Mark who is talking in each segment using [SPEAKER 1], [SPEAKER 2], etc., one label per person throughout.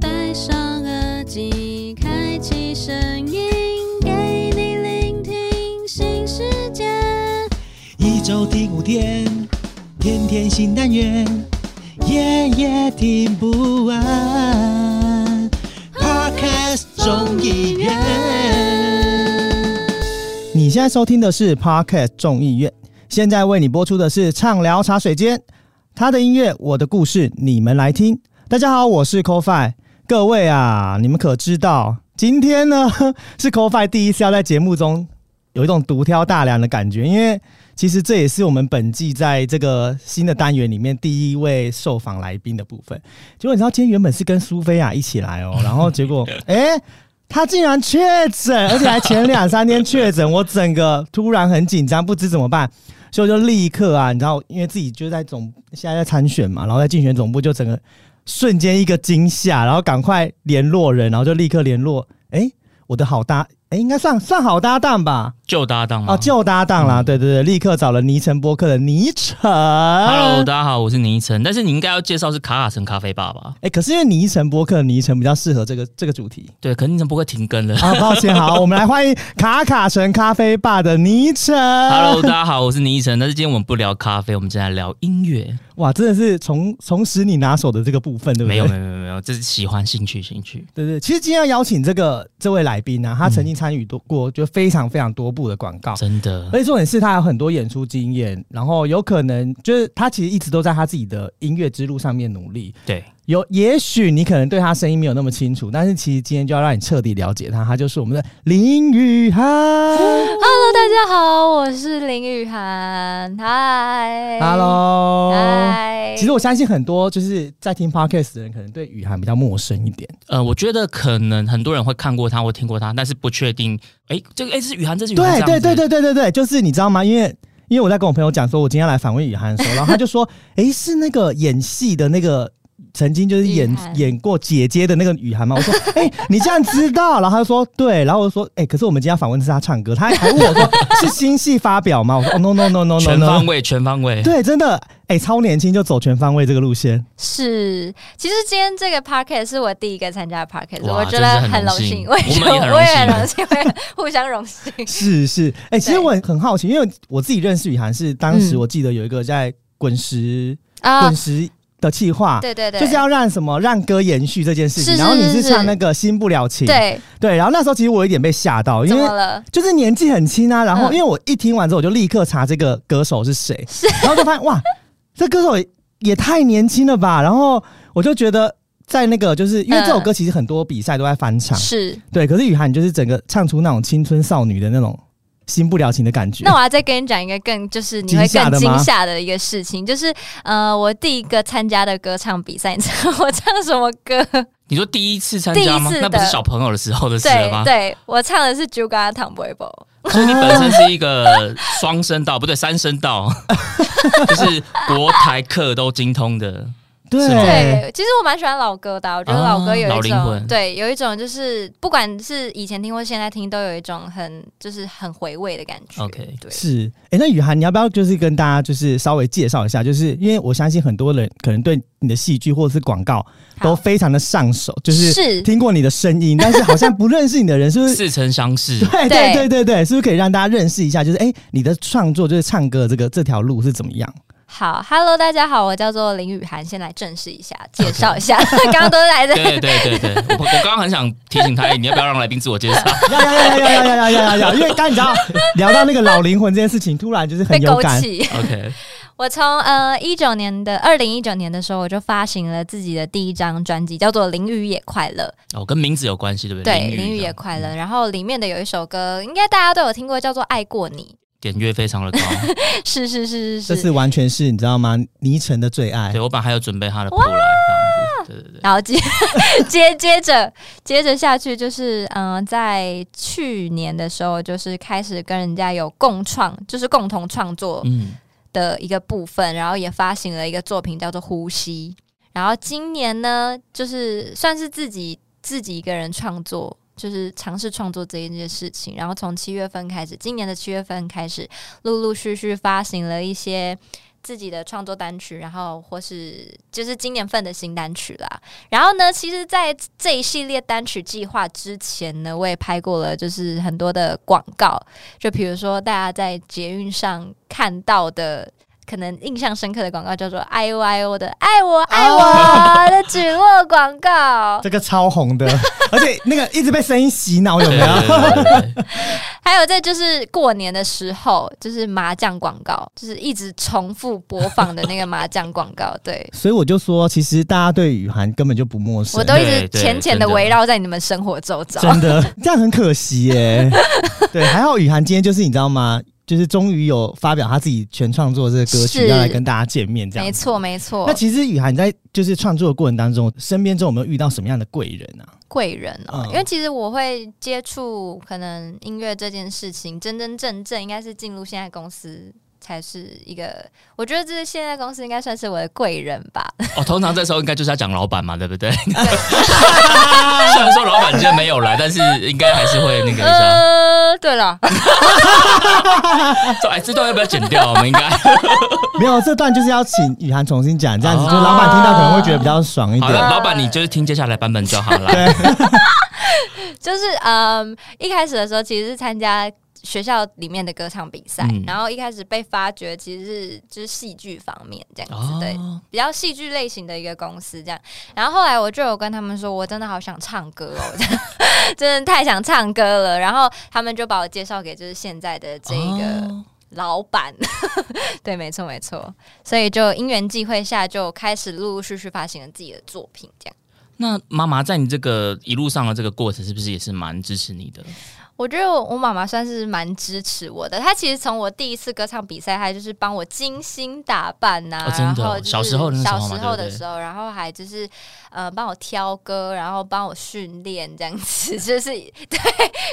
[SPEAKER 1] 戴上耳机，开启声音，给你聆听新世界。
[SPEAKER 2] 一周听五天，天天新单元，夜夜听不完。Podcast 众议院，
[SPEAKER 3] 你现在收听的是 Podcast 众议院，现在为你播出的是畅聊茶水间，他的音乐，我的故事，你们来听。大家好，我是 CoFi，各位啊，你们可知道，今天呢是 CoFi 第一次要在节目中有一种独挑大梁的感觉，因为其实这也是我们本季在这个新的单元里面第一位受访来宾的部分。结果你知道，今天原本是跟苏菲亚一起来哦，然后结果，哎、他竟然确诊，而且还前两三天确诊，我整个突然很紧张，不知怎么办，所以我就立刻啊，你知道，因为自己就在总现在在参选嘛，然后在竞选总部就整个瞬间一个惊吓，然后赶快联络人，然后就立刻联络，哎、我的好搭，哎、应该算算好搭档吧，
[SPEAKER 4] 旧搭档吗
[SPEAKER 3] 啊，旧搭档啦，对对对，立刻找了倪晨播客的倪晨
[SPEAKER 4] Hello，大家好，我是倪晨，但是你应该要介绍是卡卡城咖啡吧吧？
[SPEAKER 3] 哎、可是因为倪晨播客的倪晨比较适合这个这个主题，
[SPEAKER 4] 对，可能倪晨不会停更了。
[SPEAKER 3] 啊，抱歉，好，我们来欢迎卡卡城咖啡吧的倪晨。
[SPEAKER 4] Hello，大家好，我是倪晨，但是今天我们不聊咖啡，我们今天来聊音乐。
[SPEAKER 3] 哇，真的是重重拾你拿手的这个部分，对不对？
[SPEAKER 4] 没有，没有，没有，没有，这是喜欢兴趣，兴趣。
[SPEAKER 3] 对对。其实今天要邀请这个这位来宾呢、啊
[SPEAKER 4] 嗯
[SPEAKER 3] 他曾经参与多过就非常非常多部的广告，
[SPEAKER 4] 真的
[SPEAKER 3] 而，且重点是他有很多演出经验，然后有可能就是他其实一直都在他自己的音乐之路上面努力。
[SPEAKER 4] 对，
[SPEAKER 3] 有，也许你可能对他声音没有那么清楚，但是其实今天就要让你彻底了解他，他就是我们的林雨涵。
[SPEAKER 1] Hello，大家好，我是林雨涵，嗨
[SPEAKER 3] Hello，
[SPEAKER 4] 哎
[SPEAKER 1] 嗨，
[SPEAKER 3] 其实我相信很多就是在听 podcast 的人，可能对雨涵比较陌生一点。
[SPEAKER 4] 呃，我觉得可能很多人会看过他或听过他，但是不确定。哎，这个哎是雨涵，这是雨涵，
[SPEAKER 3] 对对对
[SPEAKER 4] 这样子
[SPEAKER 3] 对对对对，就是你知道吗？因为因为我在跟我朋友讲说，我今天要来访问雨涵 的时候，然后他就说，诶，是那个演戏的那个。曾经就是
[SPEAKER 1] 雨
[SPEAKER 3] 演
[SPEAKER 1] 涵
[SPEAKER 3] 演过姐姐的那个雨涵嘛，我说，诶，你这样知道？然后他就说，对，然后我就说，诶，可是我们今天要访问的是他唱歌，他还还问我说，是新戏发表吗？我说，哦，no no no no no，, no
[SPEAKER 4] 全方位，全方位。
[SPEAKER 3] 对，真的，诶，超年轻就走全方位这个路线，
[SPEAKER 1] 是，其实今天这个 p a r k e t 是我第一个参加的 p a r k e t
[SPEAKER 4] 哇
[SPEAKER 1] 我觉得
[SPEAKER 4] 真是很
[SPEAKER 1] 荣
[SPEAKER 4] 荣幸
[SPEAKER 1] 我也觉得
[SPEAKER 4] 我们也很
[SPEAKER 1] 我也很荣
[SPEAKER 4] 荣
[SPEAKER 1] 幸，我也互相荣幸。
[SPEAKER 3] 是是，哎、其实
[SPEAKER 1] 对嗯
[SPEAKER 3] 我很好奇，因为我自己认识雨涵是当时我记得有一个在滚石滚、
[SPEAKER 1] 啊，
[SPEAKER 3] 石的企划，
[SPEAKER 1] 对对对，
[SPEAKER 3] 就是要让什么让歌延续这件事情，
[SPEAKER 1] 是
[SPEAKER 3] 然后你
[SPEAKER 1] 是
[SPEAKER 3] 是
[SPEAKER 1] 是
[SPEAKER 3] 唱那个《新不了情》，
[SPEAKER 1] 对，
[SPEAKER 3] 对然后那时候其实我有一点被吓到，因
[SPEAKER 1] 怎
[SPEAKER 3] 为
[SPEAKER 1] 么了？
[SPEAKER 3] 就是年纪很轻啊，然后
[SPEAKER 1] 嗯
[SPEAKER 3] 因为我一听完之后我就立刻查这个歌手是谁， 然后就发现哇，这歌手也也太年轻了吧，然后我就觉得。在那个，就是因为这
[SPEAKER 1] 嗯
[SPEAKER 3] 首歌其实很多比赛都在翻唱，
[SPEAKER 1] 是，
[SPEAKER 3] 对，可是雨涵就是整个唱出那种青春少女的那种新不了情的感觉。
[SPEAKER 1] 那我要再跟你讲一个更就是你
[SPEAKER 3] 惊
[SPEAKER 1] 会
[SPEAKER 3] 吓
[SPEAKER 1] 更
[SPEAKER 3] 的吗
[SPEAKER 1] 惊吓的一个事情，就是呃，我第一个参加的歌唱比赛，你知道我唱什么 歌？
[SPEAKER 4] 你说第一次参加
[SPEAKER 1] 第一
[SPEAKER 4] 吗
[SPEAKER 1] 次？的
[SPEAKER 4] 那不是小朋友的时候的事了
[SPEAKER 1] 对
[SPEAKER 4] 吗？
[SPEAKER 1] 对，我唱的是《j u g a 唐伯伯》。
[SPEAKER 3] 哦
[SPEAKER 4] 所以你本身是一个双声道，不对，三 声道，就是国台课都精通的。
[SPEAKER 3] 对
[SPEAKER 4] 是
[SPEAKER 3] 对
[SPEAKER 4] 吗
[SPEAKER 1] 对，其实我蛮喜欢老歌的啊，我觉得老歌有
[SPEAKER 4] 啊老
[SPEAKER 1] 一
[SPEAKER 4] 灵
[SPEAKER 1] 种
[SPEAKER 4] 魂
[SPEAKER 1] 对，有一种就是不管是以前听或现在听，都有一种很就是很回味的感觉。
[SPEAKER 4] OK
[SPEAKER 1] 对，
[SPEAKER 3] 是。哎、那雨涵，你要不要就是跟大家就是稍微介绍一下？就是因为我相信很多人可能对你的戏剧或者是广告都
[SPEAKER 1] 好
[SPEAKER 3] 非常的上手，就是
[SPEAKER 1] 是
[SPEAKER 3] 听过你的声音，但是好像不认识你的人，是不
[SPEAKER 1] 嗯
[SPEAKER 3] 是？
[SPEAKER 4] 似曾 相识。
[SPEAKER 1] 对
[SPEAKER 3] 对对对对对，是不是可以让大家认识一下？就是哎、诶你的创作就是唱歌的这个这条路是怎么样？
[SPEAKER 1] 好，Hello，大家好，我叫做林雨涵，先来正式一下，介绍一下， 刚刚都是还在
[SPEAKER 4] 对对对对对，我我刚刚很想提醒他，哎，你要不要让来宾自 我介绍？
[SPEAKER 3] 要要要要要要要要要！因为刚刚你知道聊到那个老灵魂这件事情，突然就是
[SPEAKER 1] 被
[SPEAKER 3] 很有
[SPEAKER 1] 勾
[SPEAKER 3] 感。
[SPEAKER 1] 起。
[SPEAKER 4] OK，
[SPEAKER 1] 我从呃一九年的二零一九年的时候，我就发行了自己的第一张专辑，叫做《淋雨也快乐》。
[SPEAKER 4] 哦，跟名字有关系，对不
[SPEAKER 1] 对，
[SPEAKER 4] 对，
[SPEAKER 1] 《淋雨
[SPEAKER 4] 这
[SPEAKER 1] 也
[SPEAKER 4] 样
[SPEAKER 1] 快乐》，然后里面的有一首歌，应该大家都有听过，叫做《爱过你
[SPEAKER 4] 点阅非常的高。》。
[SPEAKER 1] 是是是
[SPEAKER 3] 这
[SPEAKER 1] 嗯是
[SPEAKER 3] 次
[SPEAKER 1] 是，
[SPEAKER 3] 完全是你知道吗？倪晨的最爱
[SPEAKER 4] 对，我本来还有准备他的 p o 对对对，
[SPEAKER 1] 然后接 接接着接着下去就是，嗯、在去年的时候，就是开始跟人家有共创，就是共同创作
[SPEAKER 4] 嗯，
[SPEAKER 1] 的一个部分，然后也发行了一个作品叫做《呼吸》。然后今年呢，就是算是自己自己一个人创作，就是尝试创作这一件事情。然后从七月份开始，今年的七月份开始，陆陆续续发行了一些自己的创作单曲，然后或是就是今年份的新单曲啦。然后呢，其实，在这一系列单曲计划之前呢，我也拍过了，就是很多的广告，就比如说大家在捷运上看到的。可能印象深刻的广告叫做 “i o i o” 的“爱我爱我”的举落广告，
[SPEAKER 3] 这个超红的，而且那个一直被声音洗脑，有没
[SPEAKER 4] 对
[SPEAKER 3] 有？
[SPEAKER 4] 对对对
[SPEAKER 1] 还有在就是过年的时候，就是麻将广告，就是一直重复播放的那个麻将广告。对
[SPEAKER 3] 所以我就说，其实大家对雨涵根本就不陌生
[SPEAKER 1] 我，都一直
[SPEAKER 4] 对对
[SPEAKER 1] 浅浅的
[SPEAKER 4] 真的
[SPEAKER 1] 围绕在你们生活周遭。
[SPEAKER 3] 真的 这样很可惜 耶。对，还好雨涵今天就是你知道吗？就是终于有发表他自己全创作这个歌曲，
[SPEAKER 1] 是
[SPEAKER 3] 要来跟大家见面，这样
[SPEAKER 1] 没错，没错
[SPEAKER 3] 那。其实雨涵在就是创作的过程当中，身边中有没有遇到什么样的贵人啊？
[SPEAKER 1] 贵人哦、
[SPEAKER 3] 嗯
[SPEAKER 1] 因为其实我会接触可能音乐这件事情，真真正正应该是进入现在公司。才是一个，我觉得这是现在公司应该算是我的贵人吧。
[SPEAKER 4] 哦，通常这时候应该就是要讲老板嘛，对 不对？虽然说老板今天没有来，但是应该还是会那个一下。
[SPEAKER 1] 呃， 对了，呃
[SPEAKER 4] 说哎，这段要不要剪掉？我们应该
[SPEAKER 3] 没有，这段就是要请雨涵重新讲，这样子
[SPEAKER 4] 哦
[SPEAKER 3] 就老板听到可能会觉得比较爽一
[SPEAKER 4] 好
[SPEAKER 3] 点。
[SPEAKER 4] 了，老板你就是听接下来版本就好了。
[SPEAKER 1] 就是嗯，一开始的时候其实是参加学校里面的歌唱比赛，
[SPEAKER 4] 嗯
[SPEAKER 1] 然后一开始被发掘其实是就是戏剧方面这样子，对，
[SPEAKER 4] 哦，
[SPEAKER 1] 比较戏剧类型的一个公司这样。然后后来我就有跟他们说，我真的好想唱歌哦， 真的太想唱歌了。然后他们就把我介绍给就是现在的这一个
[SPEAKER 4] 哦
[SPEAKER 1] 老板， 对，没错没错。所以就因缘际会下，就开始陆陆续续发行了自己的作品这样。
[SPEAKER 4] 那妈妈在你这个一路上的这个过程，是不是也是蛮支持你的？
[SPEAKER 1] 我觉得我我妈妈算是蛮支持我的，她其实从我第一次歌唱比赛，她就是帮我精心打扮呐、
[SPEAKER 4] 哦真的哦
[SPEAKER 1] 然后就是
[SPEAKER 4] 小时候的那时
[SPEAKER 1] 小
[SPEAKER 4] 候嘛
[SPEAKER 1] 时候的
[SPEAKER 4] 对不对
[SPEAKER 1] 时候，然后还就是呃帮我挑歌，然后帮我训练这样子， 就是对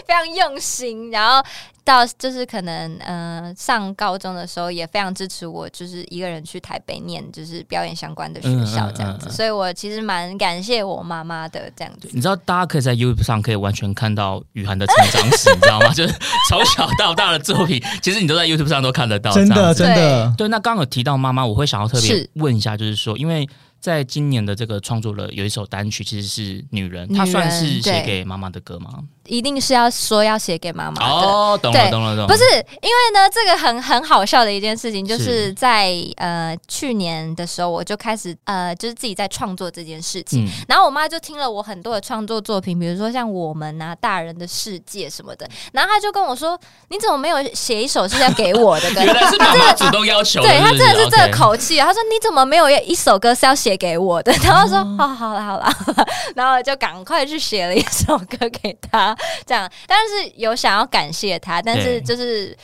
[SPEAKER 1] 非常用心，然后。到就是可能，呃，上高中的时候也非常支持我，就是一个人去台北念就是表演相关的学校这样子，
[SPEAKER 4] 嗯嗯嗯嗯
[SPEAKER 1] 所以我其实蛮感谢我妈妈的这样子。
[SPEAKER 4] 你知道，大家可以在 YouTube 上可以完全看到雨涵的成长史，你知 道吗？就是从小到大的作品，其实你都在 YouTube 上都看得到。
[SPEAKER 3] 真
[SPEAKER 4] 这
[SPEAKER 3] 的，
[SPEAKER 4] 样子
[SPEAKER 3] 真的，
[SPEAKER 4] 对，那刚刚有提到妈妈，我会想要特别
[SPEAKER 1] 是
[SPEAKER 4] 问一下，就是说，因为在今年的这个创作了有一首单曲，其实是女人，
[SPEAKER 1] 女人
[SPEAKER 4] 她算是写
[SPEAKER 1] 对
[SPEAKER 4] 给妈妈的歌吗？
[SPEAKER 1] 一定是要说要写给妈妈的，
[SPEAKER 4] 哦，懂
[SPEAKER 1] 对
[SPEAKER 4] 了，懂了，懂了。
[SPEAKER 1] 不是，因为呢，这个很很好笑的一件事情，就是
[SPEAKER 4] 是
[SPEAKER 1] 在呃去年的时候，我就开始呃，就是自己在创作这件事情。
[SPEAKER 4] 嗯，
[SPEAKER 1] 然后我妈就听了我很多的创作作品，比如说像《我们》啊，《大人的世界》什么的。然后她就跟我说：“你怎么没有写一首是要给我的歌？”
[SPEAKER 4] 原来是妈妈主动要求的，
[SPEAKER 1] 对她
[SPEAKER 4] 是
[SPEAKER 1] 真
[SPEAKER 4] 不
[SPEAKER 1] 的是这个
[SPEAKER 4] OK
[SPEAKER 1] 口气啊，她说：“你怎么没有一首歌是要写给我
[SPEAKER 4] 嗯
[SPEAKER 1] 的？”然后说：“哦，好了好了。” 然后就赶快去写了一首歌给她，这样。但是有想要感谢她，但是
[SPEAKER 4] 对
[SPEAKER 1] 就是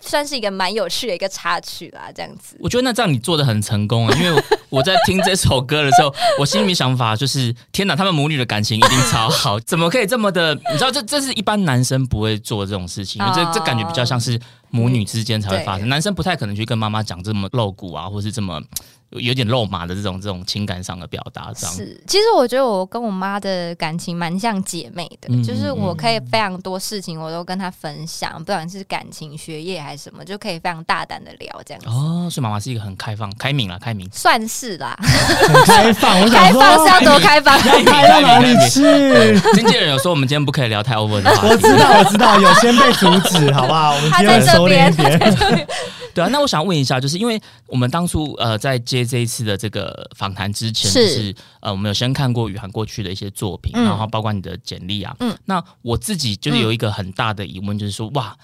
[SPEAKER 1] 算是一个蛮有趣的一个插曲啦，这样子。
[SPEAKER 4] 我觉得那这样你做的很成功啊，因为我 我在听这首歌的时候，我心里想法就是：天哪，他们母女的感情一定超好，怎么可以这么的？你知道，这这是一般男生不会做这种事情，因为
[SPEAKER 1] 哦
[SPEAKER 4] 这这感觉比较像是母女之间才会发
[SPEAKER 1] 对
[SPEAKER 4] 生，男生不太可能去跟妈妈讲这么露骨啊，或是这么有点肉麻的这种这种情感上的表达，这样
[SPEAKER 1] 是，其实我觉得我跟我妈的感情蛮像姐妹的，
[SPEAKER 4] 嗯
[SPEAKER 1] 就是我可以非常多事情我都跟她分享，不管是感情、学业还是什么，就可以非常大胆的聊这样子。。
[SPEAKER 4] 哦，所以妈妈是一个很开放、开明啦，开明
[SPEAKER 1] 算是啦，
[SPEAKER 3] 很 开放。我想
[SPEAKER 1] 开
[SPEAKER 3] 说，哎
[SPEAKER 1] 放是要多开放，
[SPEAKER 4] 开明
[SPEAKER 3] 开到哪里？
[SPEAKER 4] 开明
[SPEAKER 3] 去？
[SPEAKER 4] 经纪人有说我们今天不可以聊太 over 的话题
[SPEAKER 3] 我知道，我知道，有先被阻止，好不好？我们
[SPEAKER 1] 他
[SPEAKER 3] 今
[SPEAKER 1] 在
[SPEAKER 3] 天
[SPEAKER 1] 这
[SPEAKER 3] 收敛
[SPEAKER 1] 边，
[SPEAKER 3] 一点。
[SPEAKER 4] 对啊，那我想问一下，就是因为我们当初呃在接这一次的这个访谈之前，
[SPEAKER 1] 是
[SPEAKER 4] 就是呃我们有先看过雨涵过去的一些作品，
[SPEAKER 1] 嗯
[SPEAKER 4] 然后包括你的简历啊，
[SPEAKER 1] 嗯
[SPEAKER 4] 嗯，那我自己就是有一个很大的疑问，就是说、哇，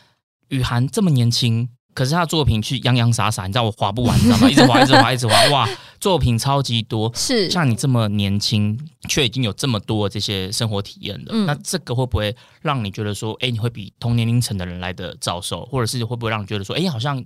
[SPEAKER 4] 雨涵这么年轻。可是她的作品去洋洋洒洒，你知道我划不完，你知道吗？一直划，一直划，一直划，哇，作品超级多。
[SPEAKER 1] 是
[SPEAKER 4] 像你这么年轻，却已经有这么多这些生活体验了，
[SPEAKER 1] 嗯
[SPEAKER 4] 那这个会不会让你觉得说，哎、你会比同年龄层的人来的早熟，或者是会不会让你觉得说，哎、好像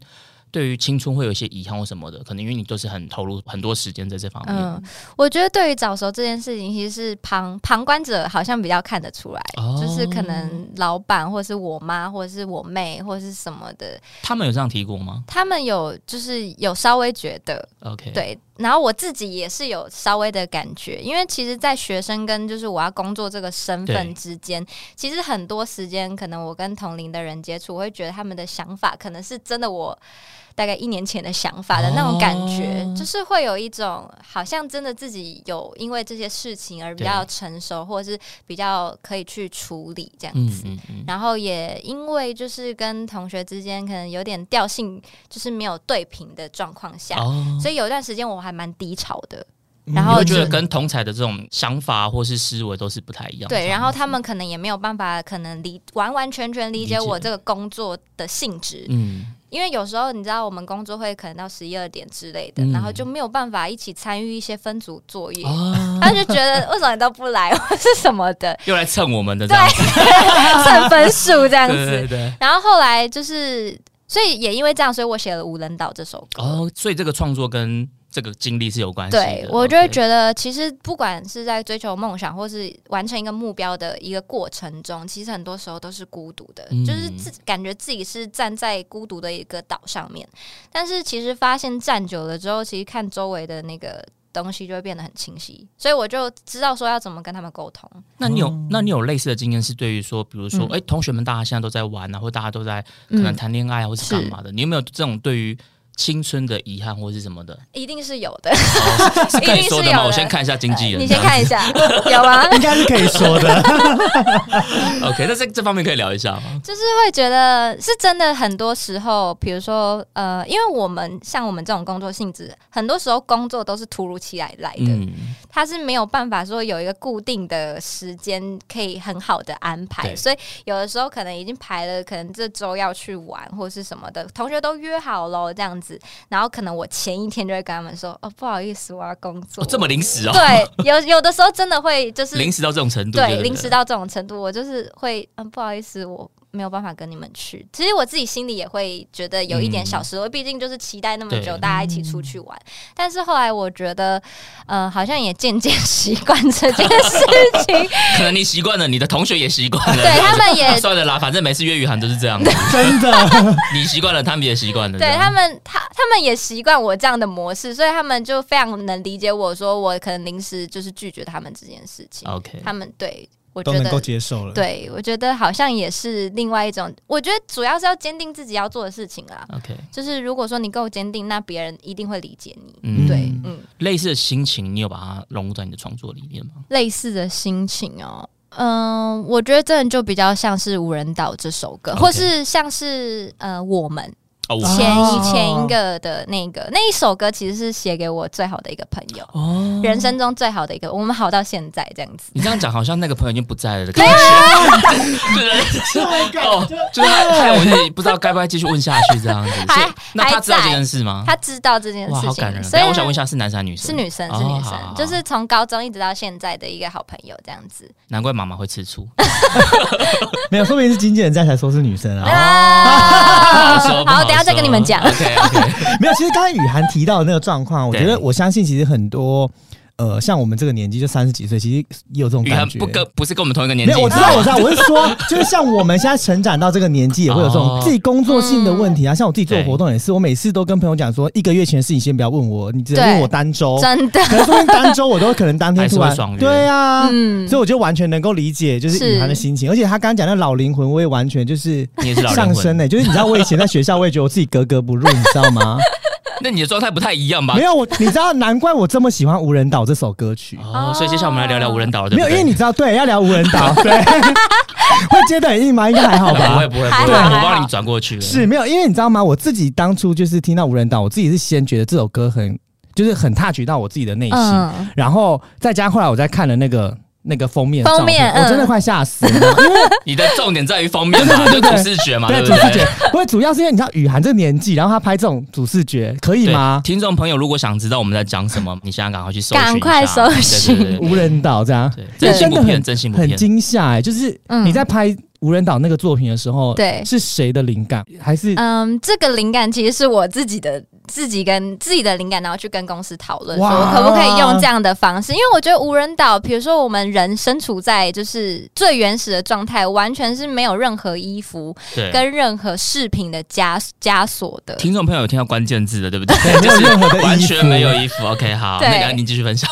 [SPEAKER 4] 对于青春会有一些遗憾或什么的？可能因为你都是很投入很多时间在这方面。
[SPEAKER 1] 嗯，我觉得对于早熟这件事情，其实是旁旁观者好像比较看得出来，
[SPEAKER 4] 哦
[SPEAKER 1] 就是可能老板或是我妈或是我妹或是什么的，
[SPEAKER 4] 他们有这样提过吗
[SPEAKER 1] 他们有就是有稍微觉得
[SPEAKER 4] ？OK，，
[SPEAKER 1] 对，然后我自己也是有稍微的感觉，因为其实，在学生跟就是我要工作这个身份
[SPEAKER 4] 对
[SPEAKER 1] 之间，其实很多时间可能我跟同龄的人接触，我会觉得他们的想法可能是真的我。大概一年前的想法的那种感觉，
[SPEAKER 4] 哦
[SPEAKER 1] 就是会有一种好像真的自己有因为这些事情而比较成熟，或者是比较可以去处理这样
[SPEAKER 4] 嗯
[SPEAKER 1] 子。
[SPEAKER 4] 嗯嗯，
[SPEAKER 1] 然后也因为就是跟同学之间可能有点调性，就是没有对平的状况下，
[SPEAKER 4] 哦，
[SPEAKER 1] 所以有一段时间我还蛮低潮的。
[SPEAKER 3] 嗯
[SPEAKER 1] 然
[SPEAKER 4] 你
[SPEAKER 1] 后
[SPEAKER 4] 会觉
[SPEAKER 1] 就
[SPEAKER 4] 得跟同才的这种想法或是思维都是不太一样。
[SPEAKER 1] 对，然后他们可能也没有办法，可能理完完全全理解
[SPEAKER 4] 理解
[SPEAKER 1] 我这个工作的性质，
[SPEAKER 4] 嗯，
[SPEAKER 1] 因为有时候你知道我们工作会可能到十一二点之类的，
[SPEAKER 4] 嗯
[SPEAKER 1] 然后就没有办法一起参与一些分组作业，
[SPEAKER 4] 哦，
[SPEAKER 1] 他就觉得为什么你都不来或是什么 的，
[SPEAKER 4] 又来蹭我们的这样子，
[SPEAKER 1] 算分数这样
[SPEAKER 4] 对对对
[SPEAKER 1] 子。
[SPEAKER 4] 对。
[SPEAKER 1] 然后后来就是，所以也因为这样，所以我写了《无人岛》这首歌。
[SPEAKER 4] 哦，所以这个创作跟这个经历是有关系的。哦
[SPEAKER 1] 对，我就会
[SPEAKER 4] OK
[SPEAKER 1] 觉得，其实不管是在追求梦想，或是完成一个目标的一个过程中，其实很多时候都是孤独的，
[SPEAKER 4] 嗯
[SPEAKER 1] 就是自感觉自己是站在孤独的一个岛上面。但是其实发现站久了之后，其实看周围的那个东西就会变得很清晰，所以我就知道说要怎么跟他们沟通。
[SPEAKER 4] 那你有、那你有类似的经验是对于说，比如说，
[SPEAKER 1] 嗯
[SPEAKER 4] 哎、同学们大家现在都在玩啊，或大家都在可能
[SPEAKER 1] 嗯，
[SPEAKER 4] 谈恋爱啊，或是干嘛的？你有没有这种对于青春的遗憾或是什么的？
[SPEAKER 1] 一定是有的。
[SPEAKER 4] 哦是是可以说
[SPEAKER 1] 一定是有
[SPEAKER 4] 吗？
[SPEAKER 1] 的
[SPEAKER 4] 我先看一下经纪人，
[SPEAKER 1] 你先看一下， 有吗？
[SPEAKER 3] 应该是可以说 的。
[SPEAKER 4] 这样。OK，那这这方面可以聊一下吗？
[SPEAKER 1] 就是会觉得是真的，很多时候，比如说，呃，因为我们像我们这种工作性质，很多时候工作都是突如其来来的，
[SPEAKER 4] 嗯，
[SPEAKER 1] 它是没有办法说有一个固定的时间可以很好的安排，
[SPEAKER 4] 对
[SPEAKER 1] 所以有的时候可能已经排了，可能这周要去玩或是什么的，同学都约好了这样子，然后可能我前一天就会跟他们说，哦，不好意思，我要工作，
[SPEAKER 4] 哦、这么临时哦，
[SPEAKER 1] 对，有有的时候真的会就是
[SPEAKER 4] 临时到这种程度，
[SPEAKER 1] 对，
[SPEAKER 4] 对，
[SPEAKER 1] 临时。到这种程度，我就是会，嗯，不好意思，我没有办法跟你们去。其实我自己心里也会觉得有一点小失落，毕竟就是期待那么久，
[SPEAKER 4] 嗯对
[SPEAKER 1] 大家一起出
[SPEAKER 3] 嗯
[SPEAKER 1] 去玩。但是后来我觉得，呃，好像也渐 渐习惯这件 事情，
[SPEAKER 4] 可能你习惯了，你的同学也习惯了。
[SPEAKER 1] 对他 们
[SPEAKER 4] 啊
[SPEAKER 1] 也。
[SPEAKER 4] 算了啦，反正每次粤语喊都是这 样子，
[SPEAKER 3] 真的，
[SPEAKER 4] 你习惯了，他们也习惯了。这
[SPEAKER 1] 对
[SPEAKER 4] 样
[SPEAKER 1] 他们，他他们也习惯我这样的模式，所以他们就非常能理解我说我可能临时就是拒绝他们这件事情。
[SPEAKER 4] OK
[SPEAKER 1] 他们对我觉
[SPEAKER 3] 都能
[SPEAKER 1] 得
[SPEAKER 3] 够接受了。，
[SPEAKER 1] 对，我觉得好像也是另外一种，我觉得主要是要坚定自己要做的事情啊。
[SPEAKER 4] OK，
[SPEAKER 1] 就是如果说你够坚定，那别人一定会理解你。
[SPEAKER 4] 嗯，
[SPEAKER 1] 对，嗯，
[SPEAKER 4] 类似的心情，你有把它融入在你的创作里面吗？
[SPEAKER 1] 类似的心情哦。嗯，我觉得真的就比较像是《无人岛》这首歌
[SPEAKER 4] OK
[SPEAKER 1] 或是像是呃我们
[SPEAKER 4] 哦，我
[SPEAKER 1] 前一、
[SPEAKER 3] 哦
[SPEAKER 1] 前一个的那个那一首歌，其实是写给我最好的一个朋友，
[SPEAKER 4] 哦，
[SPEAKER 1] 人生中最好的一个，我们好到现在这样子。
[SPEAKER 4] 你这样讲，好像那个朋友已经不在了的感
[SPEAKER 1] 啊
[SPEAKER 4] 觉。
[SPEAKER 3] Oh
[SPEAKER 4] 对，哦，就是害我自己不知道该不该继续问下去这样子。
[SPEAKER 1] 还
[SPEAKER 4] 所以那他知道这件事吗？
[SPEAKER 1] 他知道这件
[SPEAKER 4] 哇，
[SPEAKER 1] 事
[SPEAKER 4] 好感人
[SPEAKER 1] 情，
[SPEAKER 4] 哦！
[SPEAKER 1] 所
[SPEAKER 4] 等
[SPEAKER 1] 以
[SPEAKER 4] 一下我想问一下，是男生还是女生？
[SPEAKER 1] 是女生，
[SPEAKER 4] 哦
[SPEAKER 1] 是女
[SPEAKER 4] 好好
[SPEAKER 1] 生，
[SPEAKER 4] 好
[SPEAKER 1] 就是从高中一直到现在的一个好朋友这样子。
[SPEAKER 4] 难怪妈妈会吃醋。
[SPEAKER 3] 没有，说不定是经纪人在才说是女生 啊。
[SPEAKER 1] 啊
[SPEAKER 4] 好说 不
[SPEAKER 1] 好，等一下再跟你们讲。
[SPEAKER 4] OK OK，
[SPEAKER 3] 没有，其实刚才雨涵提到的那个状况，我觉得我相信其实很多呃，像我们这个年纪就三十几岁，其实也有这种
[SPEAKER 4] 雨
[SPEAKER 3] 感
[SPEAKER 4] 涵
[SPEAKER 3] 觉。
[SPEAKER 4] 不跟不是跟我们同一个年
[SPEAKER 3] 没
[SPEAKER 4] 纪，
[SPEAKER 3] 有，我知 道，我知道，我是说，就是像我们现在成长到这个年纪，也会有这种
[SPEAKER 4] 哦
[SPEAKER 3] 自己工作性的问题
[SPEAKER 1] 嗯
[SPEAKER 3] 啊。像我自己做
[SPEAKER 4] 对
[SPEAKER 3] 活动也是，我每次都跟朋友讲说，一个月前的事情先不要问我，你只能
[SPEAKER 1] 对
[SPEAKER 3] 问我单周。
[SPEAKER 1] 真的，
[SPEAKER 3] 可能说不定单周我都可能当天突
[SPEAKER 4] 还是会
[SPEAKER 3] 然
[SPEAKER 4] 爽约
[SPEAKER 3] 对啊，
[SPEAKER 1] 嗯
[SPEAKER 3] 所以我就完全能够理解就是雨涵的心情，而且他刚刚讲的老灵魂，我也完全就是
[SPEAKER 4] 你也是老人
[SPEAKER 3] 上升欸
[SPEAKER 4] 魂
[SPEAKER 3] 呢、就是你知道我以前在学校，我也觉得我自己格格不入，你知道吗？
[SPEAKER 4] 那你的状态不太一样吧
[SPEAKER 3] 没？有我，你知道，难怪我这么喜欢《无人岛》这首歌曲。
[SPEAKER 4] 哦，所以接下来我们来聊聊无人岛了，对
[SPEAKER 3] 没
[SPEAKER 4] 不
[SPEAKER 3] 有，
[SPEAKER 4] 对？
[SPEAKER 3] 因为你知道，对，要聊《无人岛》，对， 会接得很硬吗？应该还好
[SPEAKER 4] 不
[SPEAKER 3] 吧
[SPEAKER 4] 会。不会
[SPEAKER 1] 还好
[SPEAKER 4] 不会，
[SPEAKER 1] 还好
[SPEAKER 4] 我帮你转过去了。
[SPEAKER 3] 是啊没有，因为你知道吗？我自己当初就是听到《无人岛》，我自己是先觉得这首歌很，就是很 touch 到我自己的内心，
[SPEAKER 1] 嗯，
[SPEAKER 3] 然后再加上后来我在看了那个那个封面的
[SPEAKER 1] 封
[SPEAKER 3] 照片
[SPEAKER 1] 面嗯
[SPEAKER 3] 我真的快吓死了。
[SPEAKER 4] 你的重点在于封面嘛，就主视觉嘛，对
[SPEAKER 3] 对，
[SPEAKER 4] 不
[SPEAKER 3] 主视
[SPEAKER 4] 对
[SPEAKER 3] 觉？，不过主要是因为你知道雨涵这个年纪，然后她拍这种主视觉可以
[SPEAKER 4] 对
[SPEAKER 3] 吗？
[SPEAKER 4] 听众朋友，如果想知道我们在讲什么，你现在赶快去搜寻一下，
[SPEAKER 1] 赶快搜寻
[SPEAKER 4] 对对对
[SPEAKER 3] 无人岛这样，
[SPEAKER 4] 对，
[SPEAKER 3] 这
[SPEAKER 4] 真心
[SPEAKER 3] 真的
[SPEAKER 4] 不骗，
[SPEAKER 3] 很
[SPEAKER 4] 真心不
[SPEAKER 3] 很
[SPEAKER 4] 骗。
[SPEAKER 3] 惊吓哎，就是
[SPEAKER 1] 嗯
[SPEAKER 3] 你在拍无人岛那个作品的时候，
[SPEAKER 1] 对
[SPEAKER 3] 是谁的灵感？还是
[SPEAKER 1] 嗯，这个灵感其实是我自己的，自己跟自己的灵感，然后去跟公司讨论，说
[SPEAKER 3] 哇
[SPEAKER 1] 可不可以用这样的方式？因为我觉得无人岛，比如说我们人身处在就是最原始的状态，完全是没有任何衣服
[SPEAKER 4] 对，
[SPEAKER 1] 跟任何饰品的枷枷锁的。
[SPEAKER 4] 听众朋友有听到关键字的，对不对？
[SPEAKER 3] 没有任何的
[SPEAKER 4] 完
[SPEAKER 3] 衣
[SPEAKER 4] 全
[SPEAKER 3] 服
[SPEAKER 4] 没有衣服。OK，好，
[SPEAKER 1] 对
[SPEAKER 4] 那个你继续分享。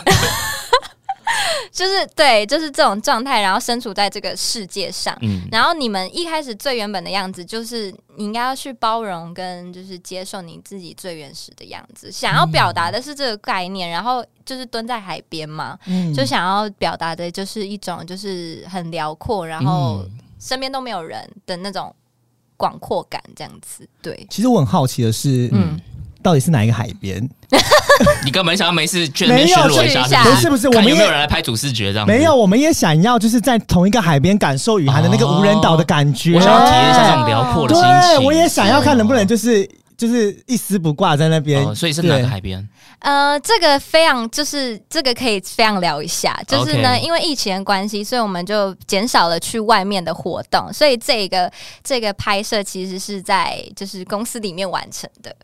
[SPEAKER 1] 就是对，就是这种状态，然后身处在这个世界上。
[SPEAKER 4] 嗯，
[SPEAKER 1] 然后你们一开始最原本的样子，就是你应该要去包容跟就是接受你自己最原始的样子。想要表达的是这个概念，然后就是蹲在海边嘛，
[SPEAKER 3] 嗯
[SPEAKER 1] 就想要表达的就是一种就是很辽阔，然后
[SPEAKER 4] 嗯
[SPEAKER 1] 身边都没有人的那种广阔感，这样子。对，
[SPEAKER 3] 其实我很好奇的是，
[SPEAKER 1] 嗯，
[SPEAKER 3] 到底是哪一个海边？
[SPEAKER 4] 你干嘛想要没事去那
[SPEAKER 3] 没
[SPEAKER 4] 边巡
[SPEAKER 3] 有
[SPEAKER 4] 逻一
[SPEAKER 1] 去
[SPEAKER 4] 下？
[SPEAKER 1] 一下
[SPEAKER 4] 不
[SPEAKER 3] 不是不是
[SPEAKER 4] 看
[SPEAKER 3] 我们
[SPEAKER 4] 有没有
[SPEAKER 3] 也
[SPEAKER 4] 人来拍主视觉这样？
[SPEAKER 3] 没有，，我们也想要就是在同一个海边感受雨涵的那个无人岛的感觉。
[SPEAKER 4] 哦我想要体验一下这种辽阔的心情。
[SPEAKER 3] 哎对，我也想要看能不能就是就是一丝不挂在那边、
[SPEAKER 4] 哦，所以是哪
[SPEAKER 3] 对
[SPEAKER 4] 个海边？
[SPEAKER 1] 呃，这个非常就是这个可以非常聊一下，就是呢
[SPEAKER 4] OK
[SPEAKER 1] 因为疫情的关系，所以我们就减少了去外面的活动，所以这个这个拍摄其实是在就是公司里面完成的。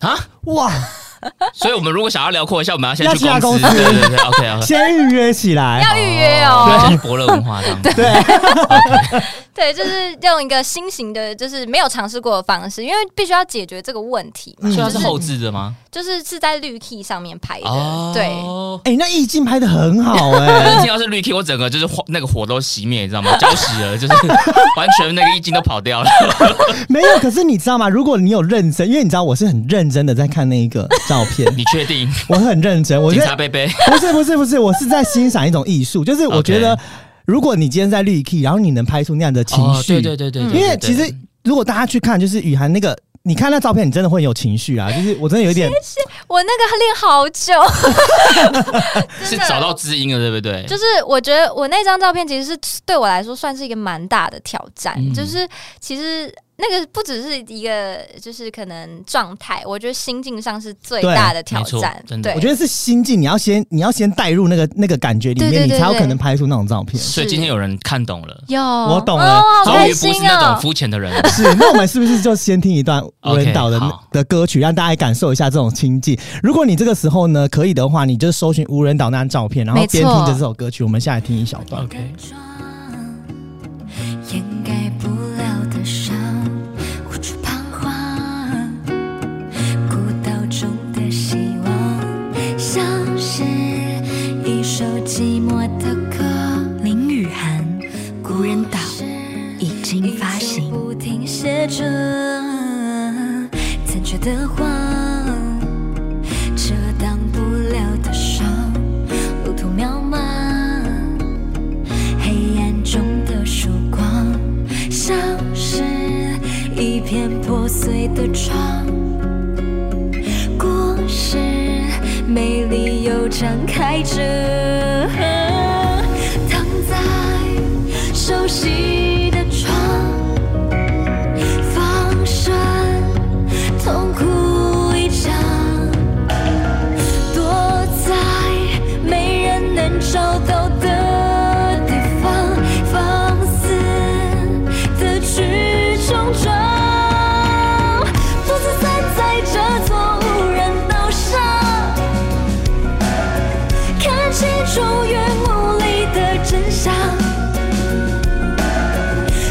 [SPEAKER 3] 哇，
[SPEAKER 4] 啊 所以我们如果想要辽阔一下，我们要先
[SPEAKER 3] 要
[SPEAKER 4] 去
[SPEAKER 3] 去他
[SPEAKER 4] 公司。
[SPEAKER 3] 公司
[SPEAKER 4] 对对对，OK OK。
[SPEAKER 3] 先预约起来。
[SPEAKER 1] 要预约
[SPEAKER 4] 对，
[SPEAKER 1] 哦，
[SPEAKER 4] 先去伯乐文化这样。
[SPEAKER 3] 对，
[SPEAKER 1] 啊对，就是用一个新型的，就是没有尝试过的方式，因为必须要解决这个问题嘛，
[SPEAKER 3] 嗯
[SPEAKER 4] 所以
[SPEAKER 1] 就
[SPEAKER 4] 它是
[SPEAKER 1] 是
[SPEAKER 4] 后置的吗？
[SPEAKER 1] 就是是在绿 key 上面拍的，
[SPEAKER 4] 哦，
[SPEAKER 1] 呃对，
[SPEAKER 3] 哎、那意境拍的很好哎、
[SPEAKER 4] 听到是绿 K，我整个就是火那个火都熄灭，你知道吗？浇熄了，就是 完全那个意境都跑掉了。
[SPEAKER 3] 没有，可是你知道吗？如果你有认真，因为你知道我是很认真的在看那一个照
[SPEAKER 4] ，
[SPEAKER 3] 片
[SPEAKER 4] 你确定？
[SPEAKER 3] 我很认真，我觉
[SPEAKER 4] 警察
[SPEAKER 3] 得
[SPEAKER 4] 贝贝，
[SPEAKER 3] 不是不是不是，我是在欣赏一种艺术，就是我觉得
[SPEAKER 4] OK
[SPEAKER 3] 如果你今天在绿 key，然后你能拍出那样的情
[SPEAKER 4] 哦，
[SPEAKER 3] 绪、
[SPEAKER 4] 对对对
[SPEAKER 1] 嗯
[SPEAKER 4] 对，对
[SPEAKER 3] 因为其实如果大家去看，就是雨涵那个。你看那照片，你真的会有情绪 啊！就是我真的有点，
[SPEAKER 1] 我那个练好 久，
[SPEAKER 4] 对是找到知音了，对不对？
[SPEAKER 1] 就是我觉得我那张照片其实是对我来说算是一个蛮大的挑战，
[SPEAKER 4] 嗯
[SPEAKER 1] 就是其实那个不只是一个就是可能状态，我觉得心境上是最
[SPEAKER 3] 对
[SPEAKER 1] 大的挑
[SPEAKER 4] 没错
[SPEAKER 1] 战。
[SPEAKER 4] 真的
[SPEAKER 1] 对，
[SPEAKER 3] 我觉得是心境，你要先你要先带入那个那个感觉里面，
[SPEAKER 1] 对对对
[SPEAKER 3] 你才有
[SPEAKER 1] 对
[SPEAKER 3] 可能拍出那种照片。
[SPEAKER 4] 所以今天有人看懂了，
[SPEAKER 1] 有
[SPEAKER 3] 我
[SPEAKER 1] 我
[SPEAKER 3] 懂了
[SPEAKER 1] 哦、好
[SPEAKER 4] 终
[SPEAKER 1] 开
[SPEAKER 4] 于不
[SPEAKER 1] 心
[SPEAKER 4] 是那种
[SPEAKER 1] 哦。
[SPEAKER 4] 肤浅 的人。
[SPEAKER 3] 是，那我们是不是就先听一段无人岛的
[SPEAKER 4] OK，好
[SPEAKER 3] 的歌曲，让大家感受一下这种亲近？如果你这个时候呢可以的话，你就搜寻无人岛那张照片，然后
[SPEAKER 1] 没错
[SPEAKER 3] 边听着这首歌曲，我们下来听一小段。
[SPEAKER 4] OK，
[SPEAKER 5] 装掩盖不了的伤，无处彷徨，孤岛中的希望，像是一首寂寞的歌，
[SPEAKER 6] 林雨涵，无人岛
[SPEAKER 5] 是
[SPEAKER 6] 已经发行。
[SPEAKER 5] 不停写着残缺的谎，遮挡不了的伤，路途渺茫，黑暗中的曙光，像是一片破碎的窗。故事美丽又展开着，躺在熟悉的床，放声痛哭一场，躲在没人能找到的地方，放肆的去冲撞，独自站在这座无人岛上。看清楚云幕里的真相，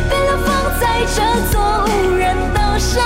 [SPEAKER 5] 被流放在这座无人岛上，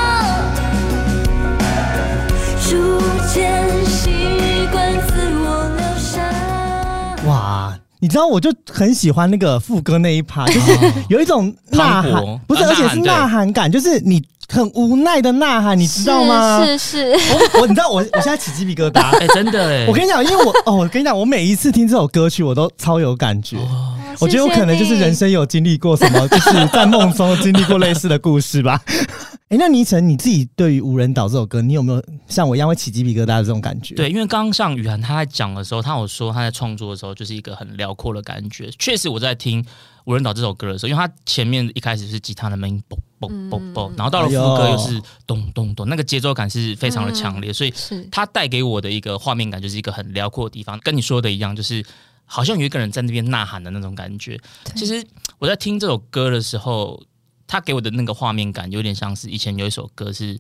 [SPEAKER 5] 逐渐习惯自我疗伤。
[SPEAKER 3] 哇，你知道我就很喜欢那个副歌那一趴，就是
[SPEAKER 4] 哦
[SPEAKER 3] 有一种呐
[SPEAKER 4] 磅
[SPEAKER 3] 喊
[SPEAKER 4] 礴，
[SPEAKER 3] 不是，
[SPEAKER 4] 啊
[SPEAKER 3] 而且是
[SPEAKER 4] 呐喊
[SPEAKER 3] 呐喊感，就是你很无奈的呐喊，你知道吗？
[SPEAKER 1] 是是是，
[SPEAKER 3] 我我你知道我我现在起鸡皮疙 瘩。
[SPEAKER 4] 哎，真的哎，
[SPEAKER 3] 我跟你讲，因为我哦，我跟你讲，我每一次听这首歌曲，我都超有感觉。
[SPEAKER 4] 哦
[SPEAKER 3] 我觉得我可能就是人生有经历过什 么，就是在梦中经历过类似的故事吧。 哎、那倪晨，你自己对于《无人岛》这首歌，你有没有像我一样会起鸡皮疙瘩的这种感觉？，
[SPEAKER 4] 对，因为刚刚像雨涵她在讲的时候，她有说她在创作的时候就是一个很辽阔的感觉。确实，我在听《无人岛》这首歌的时候，因为它前面一开始是吉他的鸣嘣嘣嘣嘣，然后到了副歌又是咚咚咚，那个节奏感是非常的强烈，所以
[SPEAKER 1] 是
[SPEAKER 4] 它带给我的一个画面感就是一个很辽阔的地方，跟你说的一样，就是好像有一个人在那边呐喊的那种感觉。其实我在听这首歌的时候，它给我的那个画面感有点像是以前有一首歌是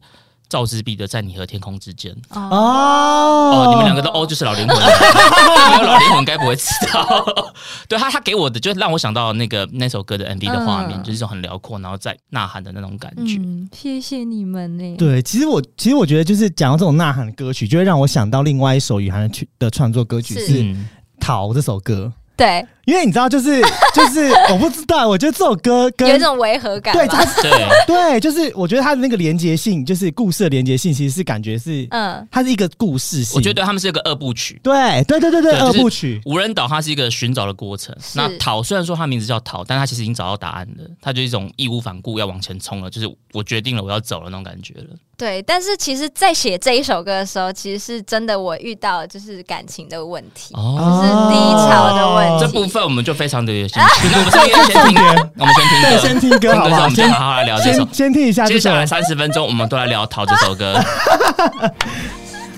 [SPEAKER 4] 赵之璧的《在你和天空之间》。
[SPEAKER 3] 哦，
[SPEAKER 4] 哦，你们两个都哦，就是老灵魂， 没有老灵魂该不会知道。对他，他给我的就让我想到那个那首歌的 MV 的画面，
[SPEAKER 1] 嗯
[SPEAKER 4] 就是一种很辽阔，然后在呐喊的那种感觉。
[SPEAKER 1] 嗯，谢谢你们呢。
[SPEAKER 3] 对，其实我其实我觉得，就是讲到这种呐喊的歌曲，就会让我想到另外一首雨涵的曲的创作歌曲
[SPEAKER 1] 是
[SPEAKER 3] 是《
[SPEAKER 4] 嗯，
[SPEAKER 3] 逃》这首歌。
[SPEAKER 1] 对，
[SPEAKER 3] 因为你知道，就是就是，我不知道，我觉得这首歌跟
[SPEAKER 1] 有一种违和感吧。
[SPEAKER 3] 对它是
[SPEAKER 4] 对，
[SPEAKER 3] 对，就是我觉得它的那个连接性，就是故事的连接性，其实是感觉是，
[SPEAKER 1] 嗯，
[SPEAKER 3] 它是一个故事性。
[SPEAKER 4] 我觉得他们是一个二部曲。
[SPEAKER 3] 对对对对对，
[SPEAKER 4] 对就
[SPEAKER 3] 二
[SPEAKER 4] 是
[SPEAKER 3] 部曲。
[SPEAKER 4] 无人岛它是一个寻找的过程。
[SPEAKER 1] 是
[SPEAKER 4] 那逃虽然说它名字叫逃，但它其实已经找到答案了，它就一种义无反顾要往前冲了，就是我决定了我要走了那种感觉了。
[SPEAKER 1] 对。但是其实，在写这一首歌的时候，其实是真的我遇到就是感情的问题，
[SPEAKER 4] 哦，
[SPEAKER 1] 就是低潮的
[SPEAKER 3] 哦
[SPEAKER 1] 问
[SPEAKER 4] 这
[SPEAKER 1] 题。
[SPEAKER 4] 部分我们就非常的有兴 趣。那我们这边先听歌，我们
[SPEAKER 3] 对，
[SPEAKER 4] 先
[SPEAKER 3] 先
[SPEAKER 4] 听歌，
[SPEAKER 3] 听歌好不
[SPEAKER 4] 之
[SPEAKER 3] 好？
[SPEAKER 4] 后我们再
[SPEAKER 3] 先
[SPEAKER 4] 好好来聊这首
[SPEAKER 3] 先。先听一下
[SPEAKER 4] 接
[SPEAKER 3] 这首
[SPEAKER 4] 下。来三十分钟，我们都来聊《逃》这 首歌。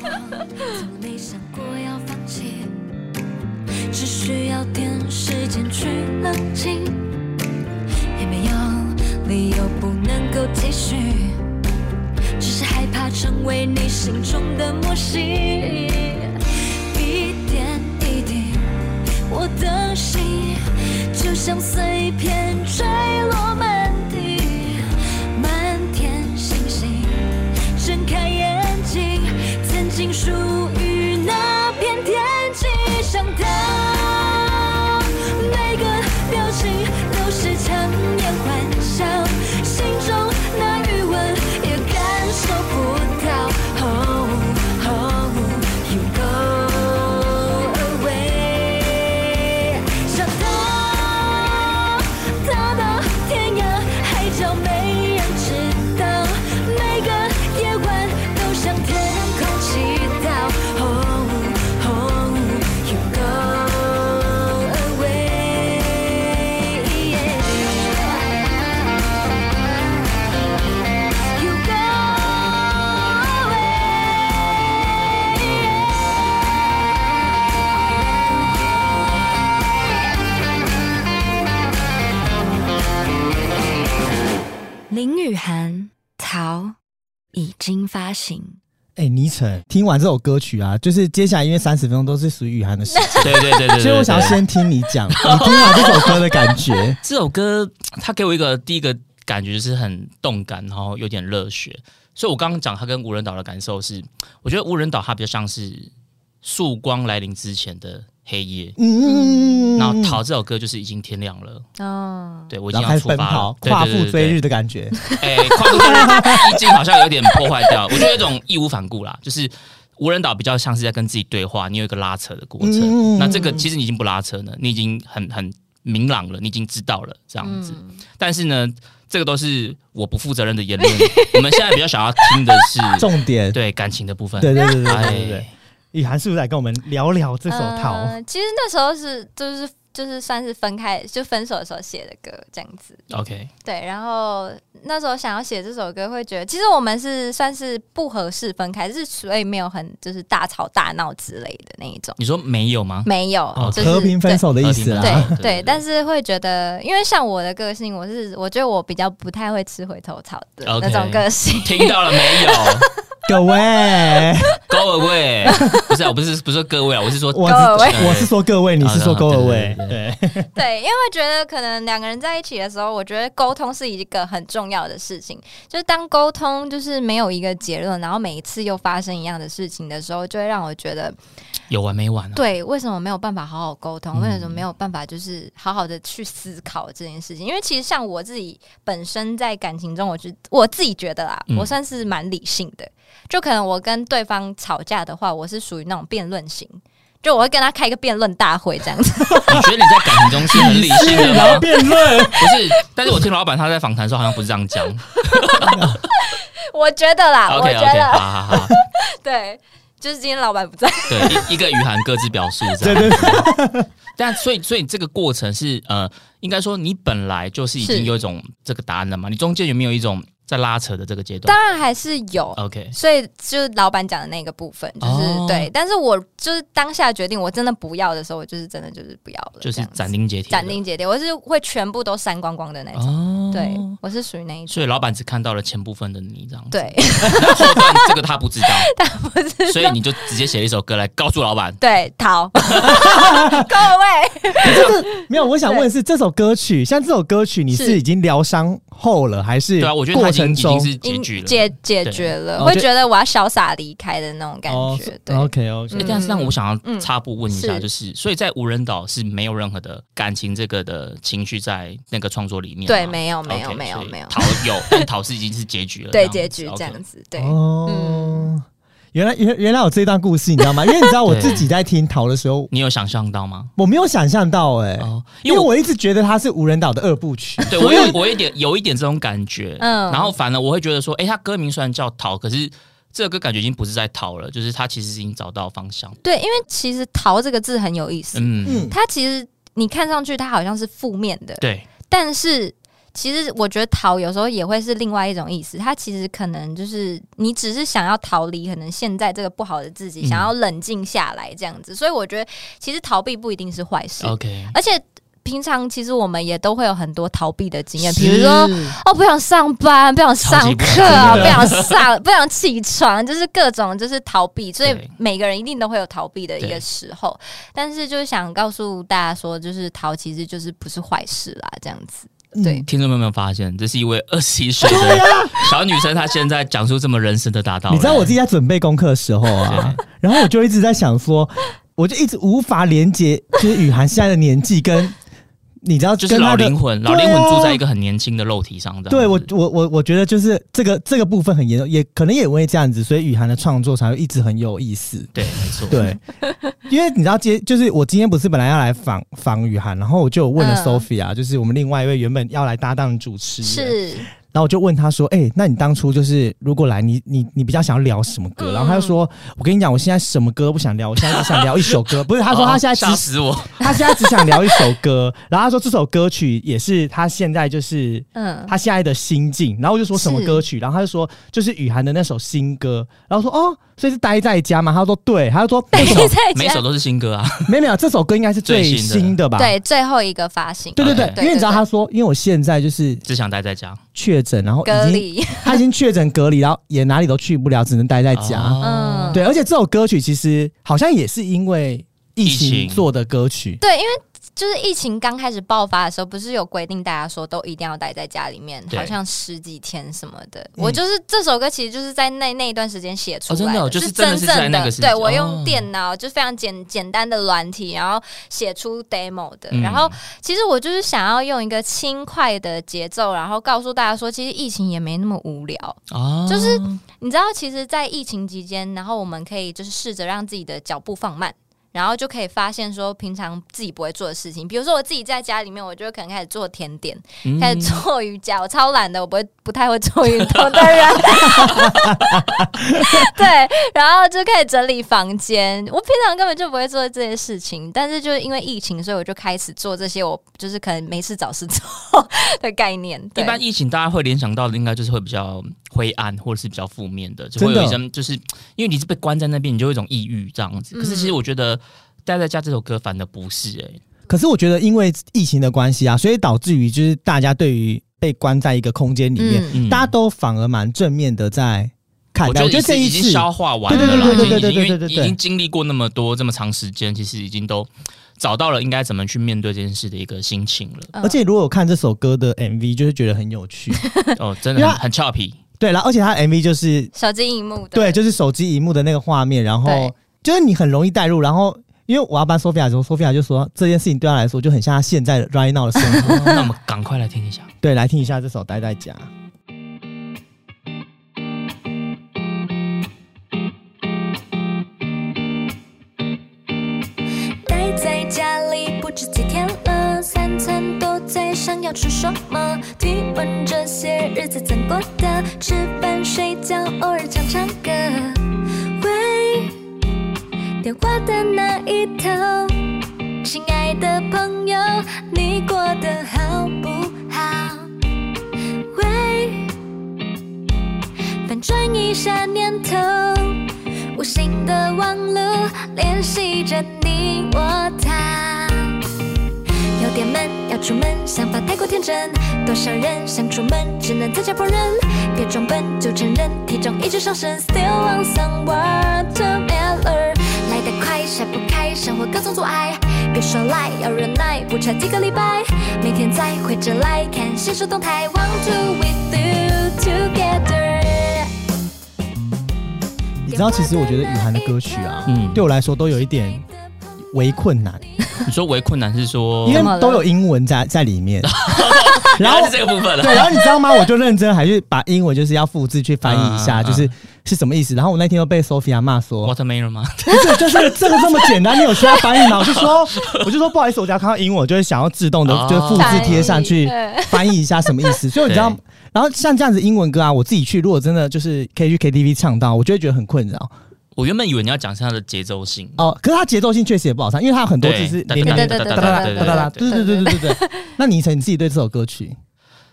[SPEAKER 5] 从没想过要放弃，只需要点时间去冷静，也没有理由不能够继续，只是害怕成为你心中的默契。一点一滴，我的心就像碎片坠落满地，满天星星。睁开眼睛，曾经属于那片天际，想他每个表情都是强颜欢笑，心中那余温也感受不到。Oh, oh, you go away，想他他到天涯海角，没人知道。每个夜晚都向天空祈祷。Oh, oh, you go away. You go away.
[SPEAKER 6] 林雨涵逃已经发行，
[SPEAKER 3] 哎，倪晨，听完这首歌曲啊，就是接下来因为三十分钟都是属于雨涵的时间，
[SPEAKER 4] 对对对对对。
[SPEAKER 3] 所以我想要
[SPEAKER 4] 对
[SPEAKER 3] 先听你讲，你听完这首歌的感觉。
[SPEAKER 4] 这首歌，它给我一个第一个感觉就是很动感，然后有点热血。所以我刚刚讲它跟无人岛的感受是，我觉得无人岛它比较像是曙光来临之前的黑夜。
[SPEAKER 3] 嗯，
[SPEAKER 4] 然后逃这首歌就是已经天亮了，
[SPEAKER 1] 哦，
[SPEAKER 4] 对我已
[SPEAKER 3] 然
[SPEAKER 4] 经
[SPEAKER 3] 后
[SPEAKER 4] 要
[SPEAKER 3] 开始
[SPEAKER 4] 出
[SPEAKER 3] 奔
[SPEAKER 4] 发
[SPEAKER 3] 跑
[SPEAKER 4] 了，，对
[SPEAKER 3] 跨父追，日
[SPEAKER 4] 对
[SPEAKER 3] 的感觉。
[SPEAKER 4] 对对对哎，跨步追日意境好像有点破坏掉，我觉得有一种义无反顾啦，就是。无人岛比较像是在跟自己对话，你有一个拉扯的过程。
[SPEAKER 3] 嗯
[SPEAKER 4] 那这个其实你已经不拉扯了，你已经很很明朗了，你已经知道了这样子。但是呢，这个都是我不负责任的言论。我们现在比较想要听的是
[SPEAKER 3] 重点，
[SPEAKER 4] 对感情的部分。
[SPEAKER 3] 对对对对对
[SPEAKER 4] 哎
[SPEAKER 3] 对哎对。雨涵是不是来跟我们聊聊这首《逃》？
[SPEAKER 1] 呃其实那时候是就是就是算是分开就分手的时候写的歌这样子。
[SPEAKER 4] OK，
[SPEAKER 1] 对，然后那时候想要写这首歌，会觉得其实我们是算是不合适分开，是所以没有很就是大吵大闹之类的那一种，
[SPEAKER 4] 你说没有吗？
[SPEAKER 1] 没有，
[SPEAKER 4] 哦
[SPEAKER 1] 就是
[SPEAKER 3] 和平分手的意思
[SPEAKER 1] 对。
[SPEAKER 3] 啦
[SPEAKER 4] 和平分。手
[SPEAKER 1] 对
[SPEAKER 4] 对对
[SPEAKER 1] 对，但是会觉得，因为像我的个性，我是我觉得我比较不太会吃回头草的
[SPEAKER 4] OK
[SPEAKER 1] 那种个性，
[SPEAKER 4] 听到了没有
[SPEAKER 3] 各位，
[SPEAKER 4] ？Go away！不是、啊，我不是不是说各位啊，我是说
[SPEAKER 3] 我
[SPEAKER 1] 各位
[SPEAKER 3] 是我是说各位，你是说各位
[SPEAKER 4] 啊？哦对
[SPEAKER 3] 对，
[SPEAKER 1] 对，因为觉得可能两个人在一起的时候，我觉得沟通是一个很重要的事情。就是当沟通就是没有一个结论，然后每一次又发生一样的事情的时候，就会让我觉
[SPEAKER 4] 嗯
[SPEAKER 1] 得
[SPEAKER 4] 有完没完啊？
[SPEAKER 1] 对，为什么没有办法好好沟通？为什
[SPEAKER 4] 嗯
[SPEAKER 1] 么没有办法就是好好的去思考这件事情？因为其实像我自己本身在感情中，我觉我自己觉得啦，
[SPEAKER 4] 嗯
[SPEAKER 1] 我算是蛮理性的。就可能我跟对方吵架的话，我是属于那种辩论型，就我会跟他开一个辩论大会这样子。
[SPEAKER 4] 你觉得你在感情中是很理性的
[SPEAKER 3] 然后
[SPEAKER 1] 啊
[SPEAKER 4] 吗？
[SPEAKER 3] 辩论，
[SPEAKER 4] 不是，但是我听老板他在访谈的时候好像不是这样讲。
[SPEAKER 1] 我觉得啦
[SPEAKER 4] OK
[SPEAKER 1] 啊我觉
[SPEAKER 4] OK，
[SPEAKER 1] 得
[SPEAKER 4] 好好好，
[SPEAKER 1] 对，就是今天老板不在，
[SPEAKER 4] 对，一一个雨涵各自表述这
[SPEAKER 3] 对
[SPEAKER 4] 样。
[SPEAKER 3] 对对，
[SPEAKER 4] 但所以所以这个过程是呃，应该说你本来就是已
[SPEAKER 1] 是
[SPEAKER 4] 经有一种这个答案了嘛？你中间有没有一种在拉扯的这个阶段
[SPEAKER 1] 当然还是有。
[SPEAKER 4] ？OK，
[SPEAKER 1] 所以就是老板讲的那个部分，就是、
[SPEAKER 4] 哦
[SPEAKER 1] 对，但是我就是当下决定我真的不要的时候，我就是真的就是不要了，
[SPEAKER 4] 就
[SPEAKER 1] 这
[SPEAKER 4] 是
[SPEAKER 1] 样子
[SPEAKER 4] 斩钉截铁的，
[SPEAKER 1] 斩钉截铁，我是会全部都删光光的那种。
[SPEAKER 4] 哦，
[SPEAKER 1] 对，我是属于那一种。
[SPEAKER 4] 所以老板只看到了前部分的你这样，，
[SPEAKER 1] 对
[SPEAKER 4] 后段这个他 不知道，他不知道，所以你就直接写了一首歌来告诉老 板，
[SPEAKER 1] 对，逃，各位
[SPEAKER 3] 这没有，我想问的是这首歌曲，像这首歌曲，你是
[SPEAKER 1] 是
[SPEAKER 3] 已经疗伤后了，还是
[SPEAKER 4] 对啊，我觉得他
[SPEAKER 3] 过
[SPEAKER 4] 已经
[SPEAKER 3] 程
[SPEAKER 4] 已经
[SPEAKER 3] 中
[SPEAKER 4] 是结
[SPEAKER 1] 因
[SPEAKER 4] 局了。
[SPEAKER 1] 解解决
[SPEAKER 3] 哦
[SPEAKER 1] 了，会
[SPEAKER 3] 就
[SPEAKER 1] 觉得我要潇洒离开的那种感
[SPEAKER 3] 哦
[SPEAKER 1] 觉。对，
[SPEAKER 3] OK OK，
[SPEAKER 4] 欸但是让我想要
[SPEAKER 1] 嗯
[SPEAKER 4] 插步问一下，
[SPEAKER 1] 是
[SPEAKER 4] 就是、所以在无人岛是没有任何的感情这个的情绪在那个创作里面吗，
[SPEAKER 1] 对没有没有
[SPEAKER 4] OK，
[SPEAKER 1] 没有
[SPEAKER 4] 所以
[SPEAKER 1] 没有
[SPEAKER 4] 桃有，但桃是已经是结局 了，
[SPEAKER 1] 对
[SPEAKER 4] 这
[SPEAKER 1] 结
[SPEAKER 4] 样子
[SPEAKER 1] 局
[SPEAKER 4] OK
[SPEAKER 1] 这样子，对，嗯
[SPEAKER 3] 哦。原来原原来有这段故事，你知道吗？因为你知道我自己在听桃的时候，
[SPEAKER 4] 你有想象到吗？
[SPEAKER 3] 我没有想象到哎、
[SPEAKER 4] 哦，
[SPEAKER 3] 因为我一直觉得它是无人岛的二部曲。
[SPEAKER 4] 对我有我有一点有一点这种感觉，
[SPEAKER 1] 嗯
[SPEAKER 4] 嗯，然后反而我会觉得说，哎、他歌名虽然叫逃，可是这个歌感觉已经不是在逃了，就是他其实已经找到方向，
[SPEAKER 1] 对，因为其实“逃”这个字很有意思，
[SPEAKER 4] 嗯，
[SPEAKER 3] 嗯，
[SPEAKER 1] 它其实你看上去它好像是负面的，
[SPEAKER 4] 对，
[SPEAKER 1] 但是其实我觉得逃有时候也会是另外一种意思，它其实可能就是你只是想要逃离可能现在这个不好的自己，
[SPEAKER 4] 嗯
[SPEAKER 1] 想要冷静下来这样子，所以我觉得其实逃避不一定是坏事，
[SPEAKER 4] ，OK，
[SPEAKER 1] 而且。平常其实我们也都会有很多逃避的经验，比如说哦，不想上班，不想
[SPEAKER 4] 超级
[SPEAKER 1] 上
[SPEAKER 4] 不
[SPEAKER 1] 课，
[SPEAKER 4] 想
[SPEAKER 1] 不想上，不想起床，就是各种就是逃避，所以
[SPEAKER 4] 对
[SPEAKER 1] 每个人一定都会有逃避的一
[SPEAKER 4] 对
[SPEAKER 1] 个时候。但是就是想告诉大家说，就是逃其实就是不是坏事啦，这样子。
[SPEAKER 3] 嗯
[SPEAKER 1] 对
[SPEAKER 4] 听众们有没有发现，这是一位二十一岁的小女生，她现在讲出这么人生的大道理，
[SPEAKER 3] 你知道我自己在准备功课的时候啊， 然后我就一直在想说，我就一直无法连接，就是雨涵现在的年纪跟你知道，
[SPEAKER 4] 就是
[SPEAKER 3] 跟
[SPEAKER 4] 老
[SPEAKER 3] 她的
[SPEAKER 4] 灵魂，啊
[SPEAKER 3] 对啊
[SPEAKER 4] 老灵魂住在一个很年轻的肉体上的。
[SPEAKER 3] 对我
[SPEAKER 4] 这样，子
[SPEAKER 3] 我我我觉得就是这个这个部分很严重，也可能也因为这样子，所以雨涵的创作才会一直很有意思。
[SPEAKER 4] 对，没 错，哦
[SPEAKER 3] 对，因为你知道，今就是我今天不是本来要来访访雨涵，然后我就有问
[SPEAKER 1] 嗯
[SPEAKER 3] 了 Sophie 啊、就是我们另外一位原本要来搭档的主持人，
[SPEAKER 1] 是
[SPEAKER 3] 然后我就问他说：“哎、那你当初就是如果来，你你你比较想要聊什么歌？”然后他就说：“我跟你讲，我现在什么歌都不想聊，我现在只想聊一首歌。不是，他说他现在
[SPEAKER 4] 吓
[SPEAKER 3] 只
[SPEAKER 4] 哦死我，
[SPEAKER 1] 哎
[SPEAKER 3] 他现在只想聊一首歌。然后他说这首歌曲也是他现在就是
[SPEAKER 1] 嗯，
[SPEAKER 3] 他现在的心境。然后我就说什么歌曲，然后他就说就是雨涵的那首新歌。然后说哦，所以是待在家嘛？他说对，他就说这首
[SPEAKER 1] 在
[SPEAKER 4] 每首
[SPEAKER 1] 家
[SPEAKER 4] 都是新歌啊。
[SPEAKER 3] 没有没有，这首歌应该是最
[SPEAKER 4] 最新的
[SPEAKER 3] 新的吧？
[SPEAKER 1] 对最后一个发行，
[SPEAKER 3] 对对对
[SPEAKER 4] 对，
[SPEAKER 3] 因为你知道他说，因为我现在就是
[SPEAKER 4] 只想待在家，
[SPEAKER 3] 确诊，然后
[SPEAKER 1] 隔
[SPEAKER 3] 已经
[SPEAKER 1] 离，
[SPEAKER 3] 他已经确诊隔离，然后也哪里都去不了，只能待在家。
[SPEAKER 4] 哦
[SPEAKER 1] 嗯，
[SPEAKER 3] 对，而且这首歌曲其实好像也是因为疫
[SPEAKER 4] 疫
[SPEAKER 3] 情
[SPEAKER 4] 情
[SPEAKER 3] 做的歌
[SPEAKER 4] 嗯
[SPEAKER 3] 曲。
[SPEAKER 1] 对，因为就是疫情刚开始爆发的时候，不是有规定大家说都一定要待在家里面，
[SPEAKER 4] 对嗯
[SPEAKER 1] 好像十几天什么的。我就是这首歌，其实就是在那那一段时间写出
[SPEAKER 4] 哦
[SPEAKER 1] 来
[SPEAKER 4] 真的哦就是
[SPEAKER 1] 是
[SPEAKER 4] 真的
[SPEAKER 1] 真
[SPEAKER 4] 是
[SPEAKER 1] 正
[SPEAKER 4] 在那个时间
[SPEAKER 1] 对我用
[SPEAKER 4] 哦
[SPEAKER 1] 电脑就非常简简单的软体，然后写出 demo 的。
[SPEAKER 4] 嗯
[SPEAKER 1] 然后其实我就是想要用一个轻快的节奏，然后告诉大家说，其实疫情也没那么无聊。
[SPEAKER 4] 啊，
[SPEAKER 3] 哦
[SPEAKER 1] 就是你知道，其实，在疫情期间，然后我们可以就是试着让自己的脚步放慢，然后就可以发现说平常自己不会做的事情。比如说，我自己在家里面，我就会可能开始做甜点，
[SPEAKER 4] 嗯
[SPEAKER 1] 开始做瑜伽。我超懒的，我不会不太会做运动 的人。对，然后就开始整理房间。我平常根本就不会做这些事情，但是就是因为疫情，所以我就开始做这些我就是可能没事找事做的概念。
[SPEAKER 4] 一
[SPEAKER 1] 对
[SPEAKER 4] 般疫情大家会联想到的，应该就是会比较灰暗或者是比较负面的，就
[SPEAKER 3] 真
[SPEAKER 4] 会
[SPEAKER 3] 的
[SPEAKER 4] 有一种就是因为你是被关在那边，你就有一种抑郁这样子。可是
[SPEAKER 1] 嗯
[SPEAKER 4] 其实我觉得。待在家这首歌反而不是哎、
[SPEAKER 3] 可是我觉得因为疫情的关系啊，所以导致于就是大家对于被关在一个空间里面，
[SPEAKER 1] 嗯
[SPEAKER 4] 嗯
[SPEAKER 3] 大家都反而蛮正面的在看
[SPEAKER 4] 我
[SPEAKER 3] 待。
[SPEAKER 4] 觉
[SPEAKER 3] 我
[SPEAKER 4] 得
[SPEAKER 3] 觉得这
[SPEAKER 4] 已
[SPEAKER 3] 一
[SPEAKER 4] 经
[SPEAKER 3] 次
[SPEAKER 4] 消化完了
[SPEAKER 1] 对
[SPEAKER 4] 啦，
[SPEAKER 1] 对
[SPEAKER 4] 就
[SPEAKER 1] 对
[SPEAKER 3] 对对对
[SPEAKER 4] 已经
[SPEAKER 3] 对
[SPEAKER 4] 因
[SPEAKER 3] 对
[SPEAKER 4] 为
[SPEAKER 3] 对
[SPEAKER 4] 已
[SPEAKER 3] 对
[SPEAKER 4] 经经历过那么多这么长时间，其实已经都找到了应该怎么去面对这件事的一个心情了。
[SPEAKER 1] 嗯
[SPEAKER 3] 而且如果有看这首歌的 MV，就是觉得很有趣。
[SPEAKER 4] 哦，真的
[SPEAKER 3] 因为
[SPEAKER 4] 很很俏皮，
[SPEAKER 3] 对，然后而且它的 MV 就是
[SPEAKER 1] 手机荧幕的
[SPEAKER 3] 对，就是手机荧幕的那个画面，然后
[SPEAKER 1] 对
[SPEAKER 3] 就是你很容易带入，然后。因为我要搬 Sophia 的时候，Sophia 就说这件事情对她来说就很像她现在的 right now 的生 活。
[SPEAKER 4] 哦那我们赶快来听一下。
[SPEAKER 3] 对，来听一下这首《待在家》。
[SPEAKER 5] 待在家里不知几天了，三餐都在想要吃什么。提问这些日子怎过的？吃饭睡觉，偶尔唱唱歌。喂，电话的那一头，亲爱的朋友，你过得好不好？喂，反转一下念头。无形的网络联系着你我他。有点闷，要出门，想法太过天真。多少人想出门，只能在家破人。别装笨，就承认体重一直上升。Still on some watermelon，来得快，甩不开生活各种阻碍。别耍赖，要忍耐，不差几个礼拜，每天再回着来看现实动态。Want to with you together。
[SPEAKER 3] 你知道，其实我觉得雨涵的歌曲啊，
[SPEAKER 4] 嗯
[SPEAKER 3] 对我来说都有一点微困难，
[SPEAKER 4] 你说唯困难是说
[SPEAKER 3] 因，
[SPEAKER 1] 怎么了
[SPEAKER 3] 为都有英文在在里面。
[SPEAKER 4] 然后是这个部分了。
[SPEAKER 3] 对，然后你知道吗？我就认真还是把英文就是要复制去翻译一
[SPEAKER 4] 嗯
[SPEAKER 3] 下，
[SPEAKER 4] 嗯嗯
[SPEAKER 3] 就是是什么意思。然后我那天又被 Sophia 骂说，
[SPEAKER 4] Watermelon 吗？
[SPEAKER 3] 这就是这个这么简单，你有需要翻译吗？我就说，我就说不好意思，我只要看到英文，我就会想要自动的
[SPEAKER 4] 哦
[SPEAKER 3] 就是复制贴上去
[SPEAKER 1] 翻
[SPEAKER 3] 翻译一下什么意思。所以你知道
[SPEAKER 4] 对，
[SPEAKER 3] 然后像这样子英文歌啊，我自己去如果真的就是可以去 KTV 唱到，我就会觉得很困扰
[SPEAKER 4] 我原本以为你要讲是它的节奏性，
[SPEAKER 3] 哦。可是它节奏性确实也不好唱，因为它很多字是
[SPEAKER 4] 对
[SPEAKER 3] 连
[SPEAKER 1] 对
[SPEAKER 3] 绵
[SPEAKER 1] 对
[SPEAKER 3] 的。
[SPEAKER 1] 对对
[SPEAKER 3] 哒哒
[SPEAKER 1] 对
[SPEAKER 3] 哒哒哒，对对对对对对。那你以前你自己对这首歌曲，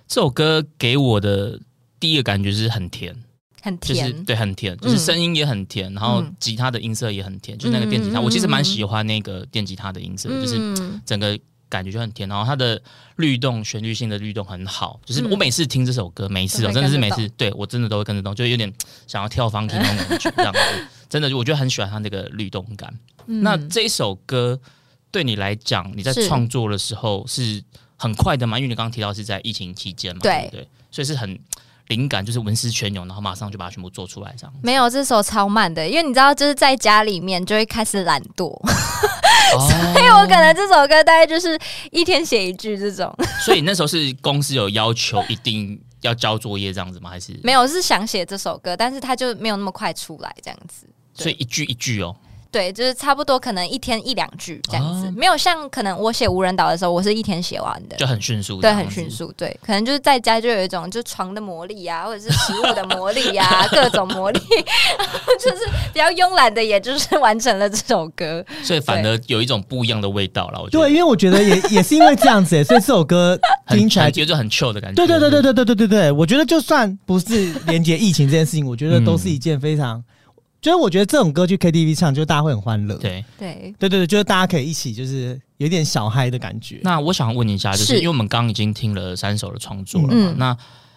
[SPEAKER 4] 这首歌给我的第一个感觉是很甜，
[SPEAKER 1] 很
[SPEAKER 4] 就是
[SPEAKER 1] 甜，
[SPEAKER 4] 对，很甜，就是声音也很甜，然后
[SPEAKER 1] 嗯
[SPEAKER 4] 吉他的音色也很甜，就是那个电吉他，
[SPEAKER 1] 嗯嗯
[SPEAKER 4] 我其实
[SPEAKER 1] 嗯
[SPEAKER 4] 蛮
[SPEAKER 1] 嗯
[SPEAKER 4] 喜欢那个电吉他的音色，就是
[SPEAKER 1] 嗯，
[SPEAKER 4] 整个感觉就很甜，然后它的律动旋律性的律动很好，就是
[SPEAKER 1] 嗯
[SPEAKER 4] 我每次听这首歌，每一次
[SPEAKER 1] 都
[SPEAKER 4] 哦，
[SPEAKER 1] 会
[SPEAKER 4] 真的是
[SPEAKER 1] 跟
[SPEAKER 4] 每
[SPEAKER 1] 着
[SPEAKER 4] 次，对我真的都会跟着动，就有点想要跳方 u 那种感觉，这样子，真的，我就很喜欢它那个律动感。
[SPEAKER 1] 嗯
[SPEAKER 4] 那这一首歌对你来讲，你在
[SPEAKER 1] 是
[SPEAKER 4] 创作的时候是很快的吗？因为你刚刚提到是在疫情期间嘛，
[SPEAKER 1] 对
[SPEAKER 4] 对不对，所以是很灵感，就是文思泉涌，然后马上就把它全部做出来这样。
[SPEAKER 1] 没有这首超慢的，因为你知道，就是在家里面就会开始懒惰，
[SPEAKER 4] 哦，
[SPEAKER 1] 所以我 可能这首歌大概就是一天写一句这种，
[SPEAKER 4] 所以那时候是公司有要求一定要交作业这样子吗？还是
[SPEAKER 1] 没有是想写这首歌，但是它就没有那么快出来这样子。
[SPEAKER 4] 所以一句一句哦？
[SPEAKER 1] 对，就是差不多可能一天一两句这样子，
[SPEAKER 4] 哦
[SPEAKER 1] 没有像可能我写无人岛的时候，我是一天写完的
[SPEAKER 4] 就。很迅速，
[SPEAKER 1] 对，很迅。速。对，可能就是在家就有一种，就床的魔力啊， 或者是食物的魔力啊，各种魔力， 就是比较慵懒的，也就是完成了这首歌。
[SPEAKER 4] 所以反而有一种不一样的味道了。我觉得
[SPEAKER 3] 对，因为我觉得也也是因为这样子，所以这首歌
[SPEAKER 4] 很
[SPEAKER 3] 听起来
[SPEAKER 4] 很有一种很 chill 的感觉。
[SPEAKER 3] 对对对对对对对对对，我觉得就算不是连接疫情这件事情，我觉得都是一件非常，就是我觉得这种歌去 KTV 唱，就大家会很欢乐。
[SPEAKER 4] 对。
[SPEAKER 1] 对，
[SPEAKER 3] 对对对，就是大家可以一起，就是有点小嗨的感觉。
[SPEAKER 4] 那我想问一下，就是
[SPEAKER 1] 是
[SPEAKER 4] 因为我们刚刚已经听了三首的创作了嘛，
[SPEAKER 1] 嗯
[SPEAKER 4] 那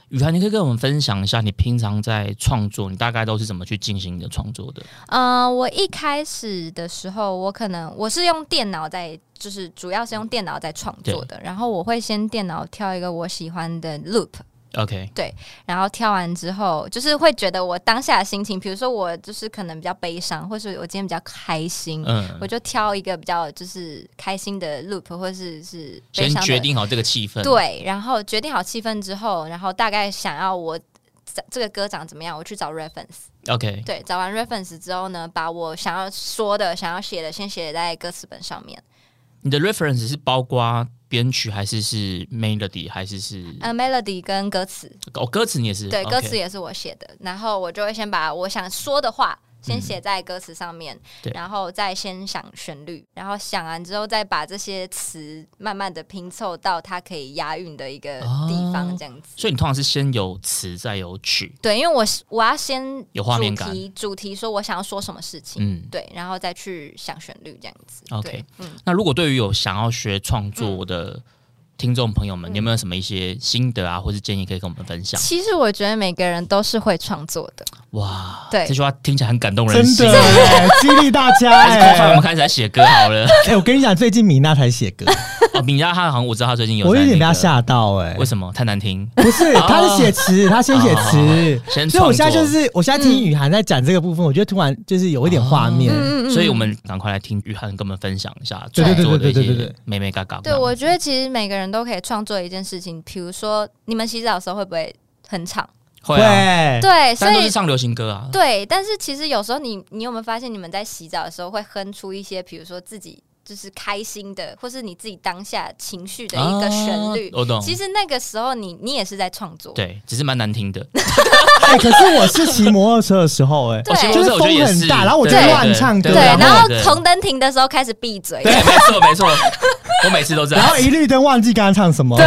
[SPEAKER 4] 雨涵，你可以跟我们分享一下你平常在创作，你大概都是怎么去进行你的创作的？
[SPEAKER 1] 嗯、我一开始的时候，我可能我是用电脑在，就是主要是用电脑在创作的，然后我会先电脑挑一个我喜欢的 loop，
[SPEAKER 4] OK，
[SPEAKER 1] 然后跳完之后，就是会觉得我当下的心情，比如说我就是可能比较悲伤，或是我今天比较开心，
[SPEAKER 4] 嗯
[SPEAKER 1] 我，就挑一个比较就是开心的 loop，或是是悲
[SPEAKER 4] 先
[SPEAKER 1] 伤的
[SPEAKER 4] 决定好这个气氛，，
[SPEAKER 1] 对，然后决定好气氛之后，然后大概想要我这这个歌长怎么样，我去找 reference。
[SPEAKER 4] ，OK，
[SPEAKER 1] 对，找完 reference 之后呢，把我想要说的、想要写的，先写在歌词本上面。
[SPEAKER 4] 你的 reference 是包括编曲还是是 melody 还是是
[SPEAKER 1] 呃，melody 跟歌词，
[SPEAKER 4] 哦歌词你也是
[SPEAKER 1] 对，
[SPEAKER 4] OK
[SPEAKER 1] 歌词也是我写的，然后我就会先把我想说的话。先写在歌词上面，
[SPEAKER 4] 嗯对
[SPEAKER 1] 然后再先想旋律，然后想完之后再把这些词慢慢的拼凑到它可以押韵的一个地
[SPEAKER 4] 哦
[SPEAKER 1] 方，这样子。
[SPEAKER 4] 所以你通常是先有词再有曲，
[SPEAKER 1] 对，因为我是我要先
[SPEAKER 4] 有画面感
[SPEAKER 1] 主题主题说我想要说什么事情，
[SPEAKER 4] 嗯，
[SPEAKER 1] 对，然后再去想旋律这样子。
[SPEAKER 4] OK
[SPEAKER 1] 对嗯，
[SPEAKER 4] 那如果对于有想要学创作的听众朋友
[SPEAKER 1] 嗯
[SPEAKER 4] 们，你有没有什么一些心得啊，或是建议可以跟我们分享？
[SPEAKER 1] 其实我觉得每个人都是会创作的，
[SPEAKER 4] 哇，
[SPEAKER 1] 对
[SPEAKER 4] 这句话听起来很感动人
[SPEAKER 3] 真
[SPEAKER 4] 心
[SPEAKER 3] 的。耶， 激励大家
[SPEAKER 4] 还是开放我
[SPEAKER 3] 哎
[SPEAKER 4] 们！开始来写歌好了。
[SPEAKER 3] 哎，我跟你讲，最近米娜才写歌，
[SPEAKER 4] 哦，米拉他好像我知道他最近有，
[SPEAKER 3] 我有点被她，吓到哎
[SPEAKER 4] 为。什么太难听？
[SPEAKER 3] 不是，她是写词，她先写
[SPEAKER 4] 哦
[SPEAKER 3] 词，
[SPEAKER 4] 先
[SPEAKER 3] 所以我
[SPEAKER 4] 创
[SPEAKER 3] 现在
[SPEAKER 4] 作，
[SPEAKER 3] 就是，我现在听雨涵在讲这个部分，我觉得突然就是有一点画面。
[SPEAKER 4] 哦
[SPEAKER 1] 嗯
[SPEAKER 4] 所以我们赶快来听雨涵跟我们分享一下
[SPEAKER 3] 对
[SPEAKER 4] 创
[SPEAKER 3] 对对
[SPEAKER 4] 作的一
[SPEAKER 3] 对对对对
[SPEAKER 4] 些
[SPEAKER 3] 对
[SPEAKER 4] 美美嘎嘎。
[SPEAKER 1] 对，我觉得其实每个人都可以创作一件事情，比如说你们洗澡的时候会不会很吵？
[SPEAKER 4] 会啊，
[SPEAKER 1] 对，所
[SPEAKER 4] 但都是
[SPEAKER 1] 以
[SPEAKER 4] 唱流行歌啊。
[SPEAKER 1] 对，但是其实有时候你你有没有发现，你们在洗澡的时候会哼出一些，比如说自己就是开心的，或是你自己当下情绪的一个旋律
[SPEAKER 4] 啊。我懂。
[SPEAKER 1] 其实那个时候你，你也是在创作，
[SPEAKER 4] 对，只是蛮难听的。
[SPEAKER 3] 哎，可是我是骑摩托车的时候，哎，
[SPEAKER 1] 对
[SPEAKER 4] 哦其实
[SPEAKER 3] 就
[SPEAKER 4] 我
[SPEAKER 3] 是
[SPEAKER 4] 这我觉得也
[SPEAKER 3] 风很大然后我就
[SPEAKER 4] 对对
[SPEAKER 3] 乱唱歌
[SPEAKER 1] 对，
[SPEAKER 3] 对
[SPEAKER 4] 我
[SPEAKER 1] 然后
[SPEAKER 4] 对
[SPEAKER 1] 红灯停的时候开始闭嘴，
[SPEAKER 4] 对，没错没错，我每次都这样
[SPEAKER 3] 然。后一律都忘记刚刚唱什么。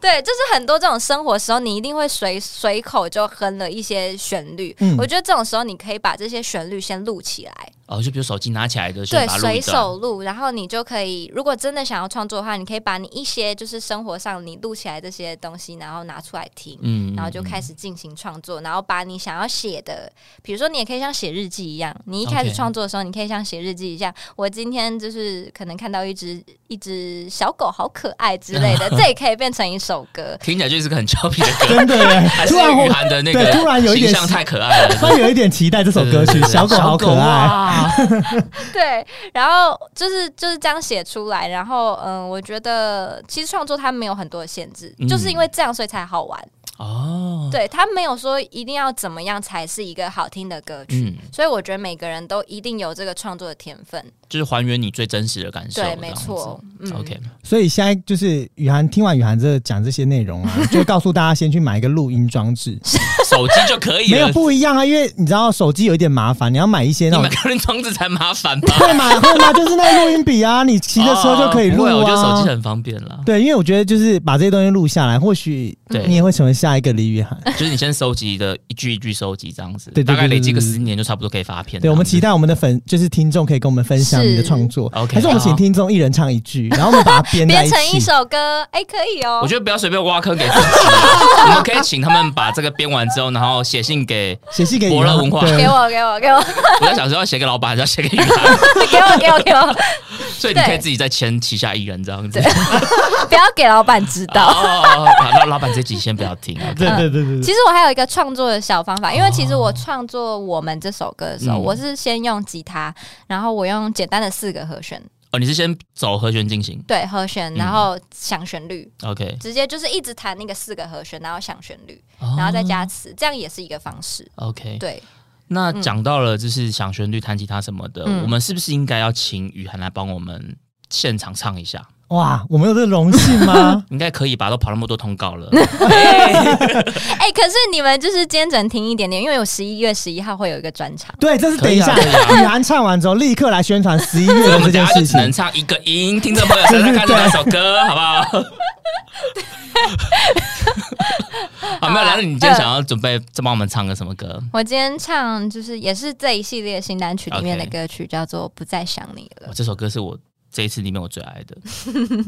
[SPEAKER 1] 对，就是很多这种生活时候，你一定会随随口就哼了一些旋律。
[SPEAKER 3] 嗯
[SPEAKER 1] 我觉得这种时候，你可以把这些旋律先录起来，
[SPEAKER 4] 哦，就比如手机拿起来的，
[SPEAKER 1] 对
[SPEAKER 4] 先，把它录
[SPEAKER 1] 随
[SPEAKER 4] 一段。
[SPEAKER 1] 手录，然后你就可以，如果真的想要创作的话，你可以把你一些就是生活上你录起来这些东西，然后拿出来听，
[SPEAKER 4] 嗯
[SPEAKER 1] 然后就开
[SPEAKER 4] 始。
[SPEAKER 1] 始进行创作，然后把你想要写的，比如说你也可以像写日记一样，你一开始
[SPEAKER 4] OK
[SPEAKER 1] 创作的时候，你可以像写日记一样，我今天就是可能看到一只一只小狗好可爱之类 的，这也可以变成一首歌。
[SPEAKER 4] 嗯听起来就是个很俏皮的歌，
[SPEAKER 3] 真的耶
[SPEAKER 4] 还，是
[SPEAKER 3] 突然
[SPEAKER 4] 雨
[SPEAKER 3] 我
[SPEAKER 4] 涵的那个，
[SPEAKER 3] 对突然有一点
[SPEAKER 4] 形象太可爱了。
[SPEAKER 3] 突然有一点期 待这首歌曲
[SPEAKER 4] 对对对啊
[SPEAKER 3] 《小狗好可爱》。
[SPEAKER 4] 哇
[SPEAKER 1] 对，然后就是就是这样写出来，然后嗯，我觉得其实创作它没有很多的限制，
[SPEAKER 4] 嗯
[SPEAKER 1] 就是因为这样所以才好玩。
[SPEAKER 4] 哦，
[SPEAKER 1] 对，它没有说一定要怎么样才是一个好听的歌曲。
[SPEAKER 4] 嗯，
[SPEAKER 1] 所以我觉得每个人都一定有这个创作的天分，
[SPEAKER 4] 就是还原你最真实的感受。
[SPEAKER 1] 对，没
[SPEAKER 4] 这样子
[SPEAKER 1] 错。，嗯
[SPEAKER 4] OK，
[SPEAKER 3] 所以现在就是雨涵听完雨涵这讲这些内容 啊，就告诉大家先去买一个录音装置，
[SPEAKER 4] 手机就可以
[SPEAKER 3] 没有
[SPEAKER 4] 了。
[SPEAKER 3] 不一样啊，因为你知道手机有一点麻烦，你要买一些那种
[SPEAKER 4] 你们个人装置才麻烦吧？
[SPEAKER 3] 会吗？会吗？就是那个录音笔啊，你 骑的时候就可以录啊。
[SPEAKER 4] 哦不会我觉得手机很方便啦。
[SPEAKER 3] 对，因为我觉得就是把这些东西录下来，或许
[SPEAKER 4] 对
[SPEAKER 3] 你也会成为下一个李雨 涵。
[SPEAKER 4] 就是你先收集的一句一句收集这样子，
[SPEAKER 3] 对对对
[SPEAKER 4] 大概累积个
[SPEAKER 3] 对对对
[SPEAKER 4] 十年就差不多可以发片。
[SPEAKER 3] 对，我们
[SPEAKER 4] 这
[SPEAKER 3] 期
[SPEAKER 4] 样子
[SPEAKER 3] 待我们的粉就是听众可以跟我们分享你的创作，
[SPEAKER 4] 是 OK，
[SPEAKER 3] 还是我们请
[SPEAKER 4] 好
[SPEAKER 3] 听众一人唱一句，然后我们把它编在
[SPEAKER 1] 编
[SPEAKER 3] 一
[SPEAKER 1] 成一
[SPEAKER 3] 起。
[SPEAKER 1] 首歌，哎、可以哦。
[SPEAKER 4] 我觉得不要随便挖坑 给自己，我们可以请他们把这个编完之后，然后写信给。
[SPEAKER 3] 写信给雨
[SPEAKER 4] 伯乐
[SPEAKER 3] 涵
[SPEAKER 4] 文化
[SPEAKER 3] 对
[SPEAKER 1] 给我，给我，给我，
[SPEAKER 4] 我在想说要写给老板，还是要写给银行，
[SPEAKER 1] 给我，给我，给我，
[SPEAKER 4] 所以你可以
[SPEAKER 1] 对
[SPEAKER 4] 自己再签旗下艺人这样子。
[SPEAKER 1] 不要给老板知道。
[SPEAKER 4] 哦，好，那老板这集先不要 听。
[SPEAKER 3] 对对对对
[SPEAKER 1] 其
[SPEAKER 3] 对，
[SPEAKER 1] 实我还有一个创作的小方法，因为其实我创作《我们》这首歌的时候，
[SPEAKER 4] 啊嗯
[SPEAKER 1] 我是先用吉他，然后我用简单的四个和弦，
[SPEAKER 4] 哦，你是先走和弦进行
[SPEAKER 1] 对和弦，
[SPEAKER 4] 嗯
[SPEAKER 1] 然后想旋律，
[SPEAKER 4] ，OK，
[SPEAKER 1] 直接就是一直弹那个四个和弦，然后想旋律，
[SPEAKER 4] 哦
[SPEAKER 1] 然后再加词，这样也是一个方式。
[SPEAKER 4] OK。
[SPEAKER 1] 对，嗯
[SPEAKER 4] 那讲到了就是想旋律、弹吉他什么的，
[SPEAKER 1] 嗯
[SPEAKER 4] 我们是不是应该要请雨涵来帮我们现场唱一下？？
[SPEAKER 3] 哇，我们有这个荣幸吗
[SPEAKER 4] 应该可以吧？都跑那么多通 告了，
[SPEAKER 1] 哎、可是你们就是今天只能听一点点，因为我十一月十一号会有一个专场。
[SPEAKER 3] 对，这是
[SPEAKER 4] 可
[SPEAKER 3] 等一
[SPEAKER 4] 以啊
[SPEAKER 3] 下
[SPEAKER 4] 可以 啊
[SPEAKER 3] 雨涵唱完之后，立刻来宣传十一月
[SPEAKER 4] 所
[SPEAKER 3] 的
[SPEAKER 4] 以我
[SPEAKER 3] 这
[SPEAKER 4] 们等
[SPEAKER 3] 件
[SPEAKER 4] 一下就
[SPEAKER 3] 事
[SPEAKER 4] 只能
[SPEAKER 3] 情。
[SPEAKER 4] 唱一个音，听 众朋友想想看是哪首歌，好不好？好，没有，
[SPEAKER 3] 啊
[SPEAKER 4] 然后你今天想要准备再帮我们唱个什么歌？
[SPEAKER 1] 我今天唱就是也是这一系列新单曲里面的
[SPEAKER 4] OK
[SPEAKER 1] 歌曲，叫做《不再想你了
[SPEAKER 4] 哇，》。这首歌是我这一次里面我最爱 的，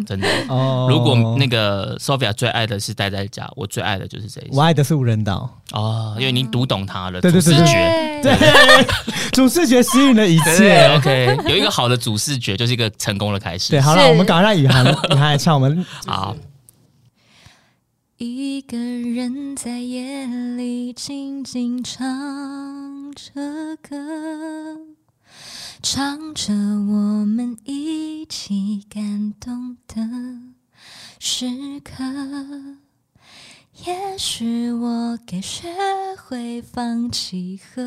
[SPEAKER 4] 真的。
[SPEAKER 3] 哦
[SPEAKER 4] 如果那个 Sophia 最爱的是待在家，我最爱的就是这一首
[SPEAKER 3] 我爱的是无人岛，
[SPEAKER 4] 哦，因为你读懂它了，
[SPEAKER 3] 对对
[SPEAKER 4] 主
[SPEAKER 3] 对
[SPEAKER 4] 视
[SPEAKER 3] 对
[SPEAKER 4] 觉。
[SPEAKER 3] 对，主视觉吸引了一
[SPEAKER 4] 对
[SPEAKER 3] 切。
[SPEAKER 4] ，OK，有一个好的主视觉就是一个成功的开始。
[SPEAKER 3] 对，啊好了，
[SPEAKER 1] 是
[SPEAKER 3] 我们赶快让雨涵 雨涵来唱我 们
[SPEAKER 4] 好，
[SPEAKER 5] 一个人在夜里静静唱着歌，唱着我们一起感动的时刻。也许我该学会放弃和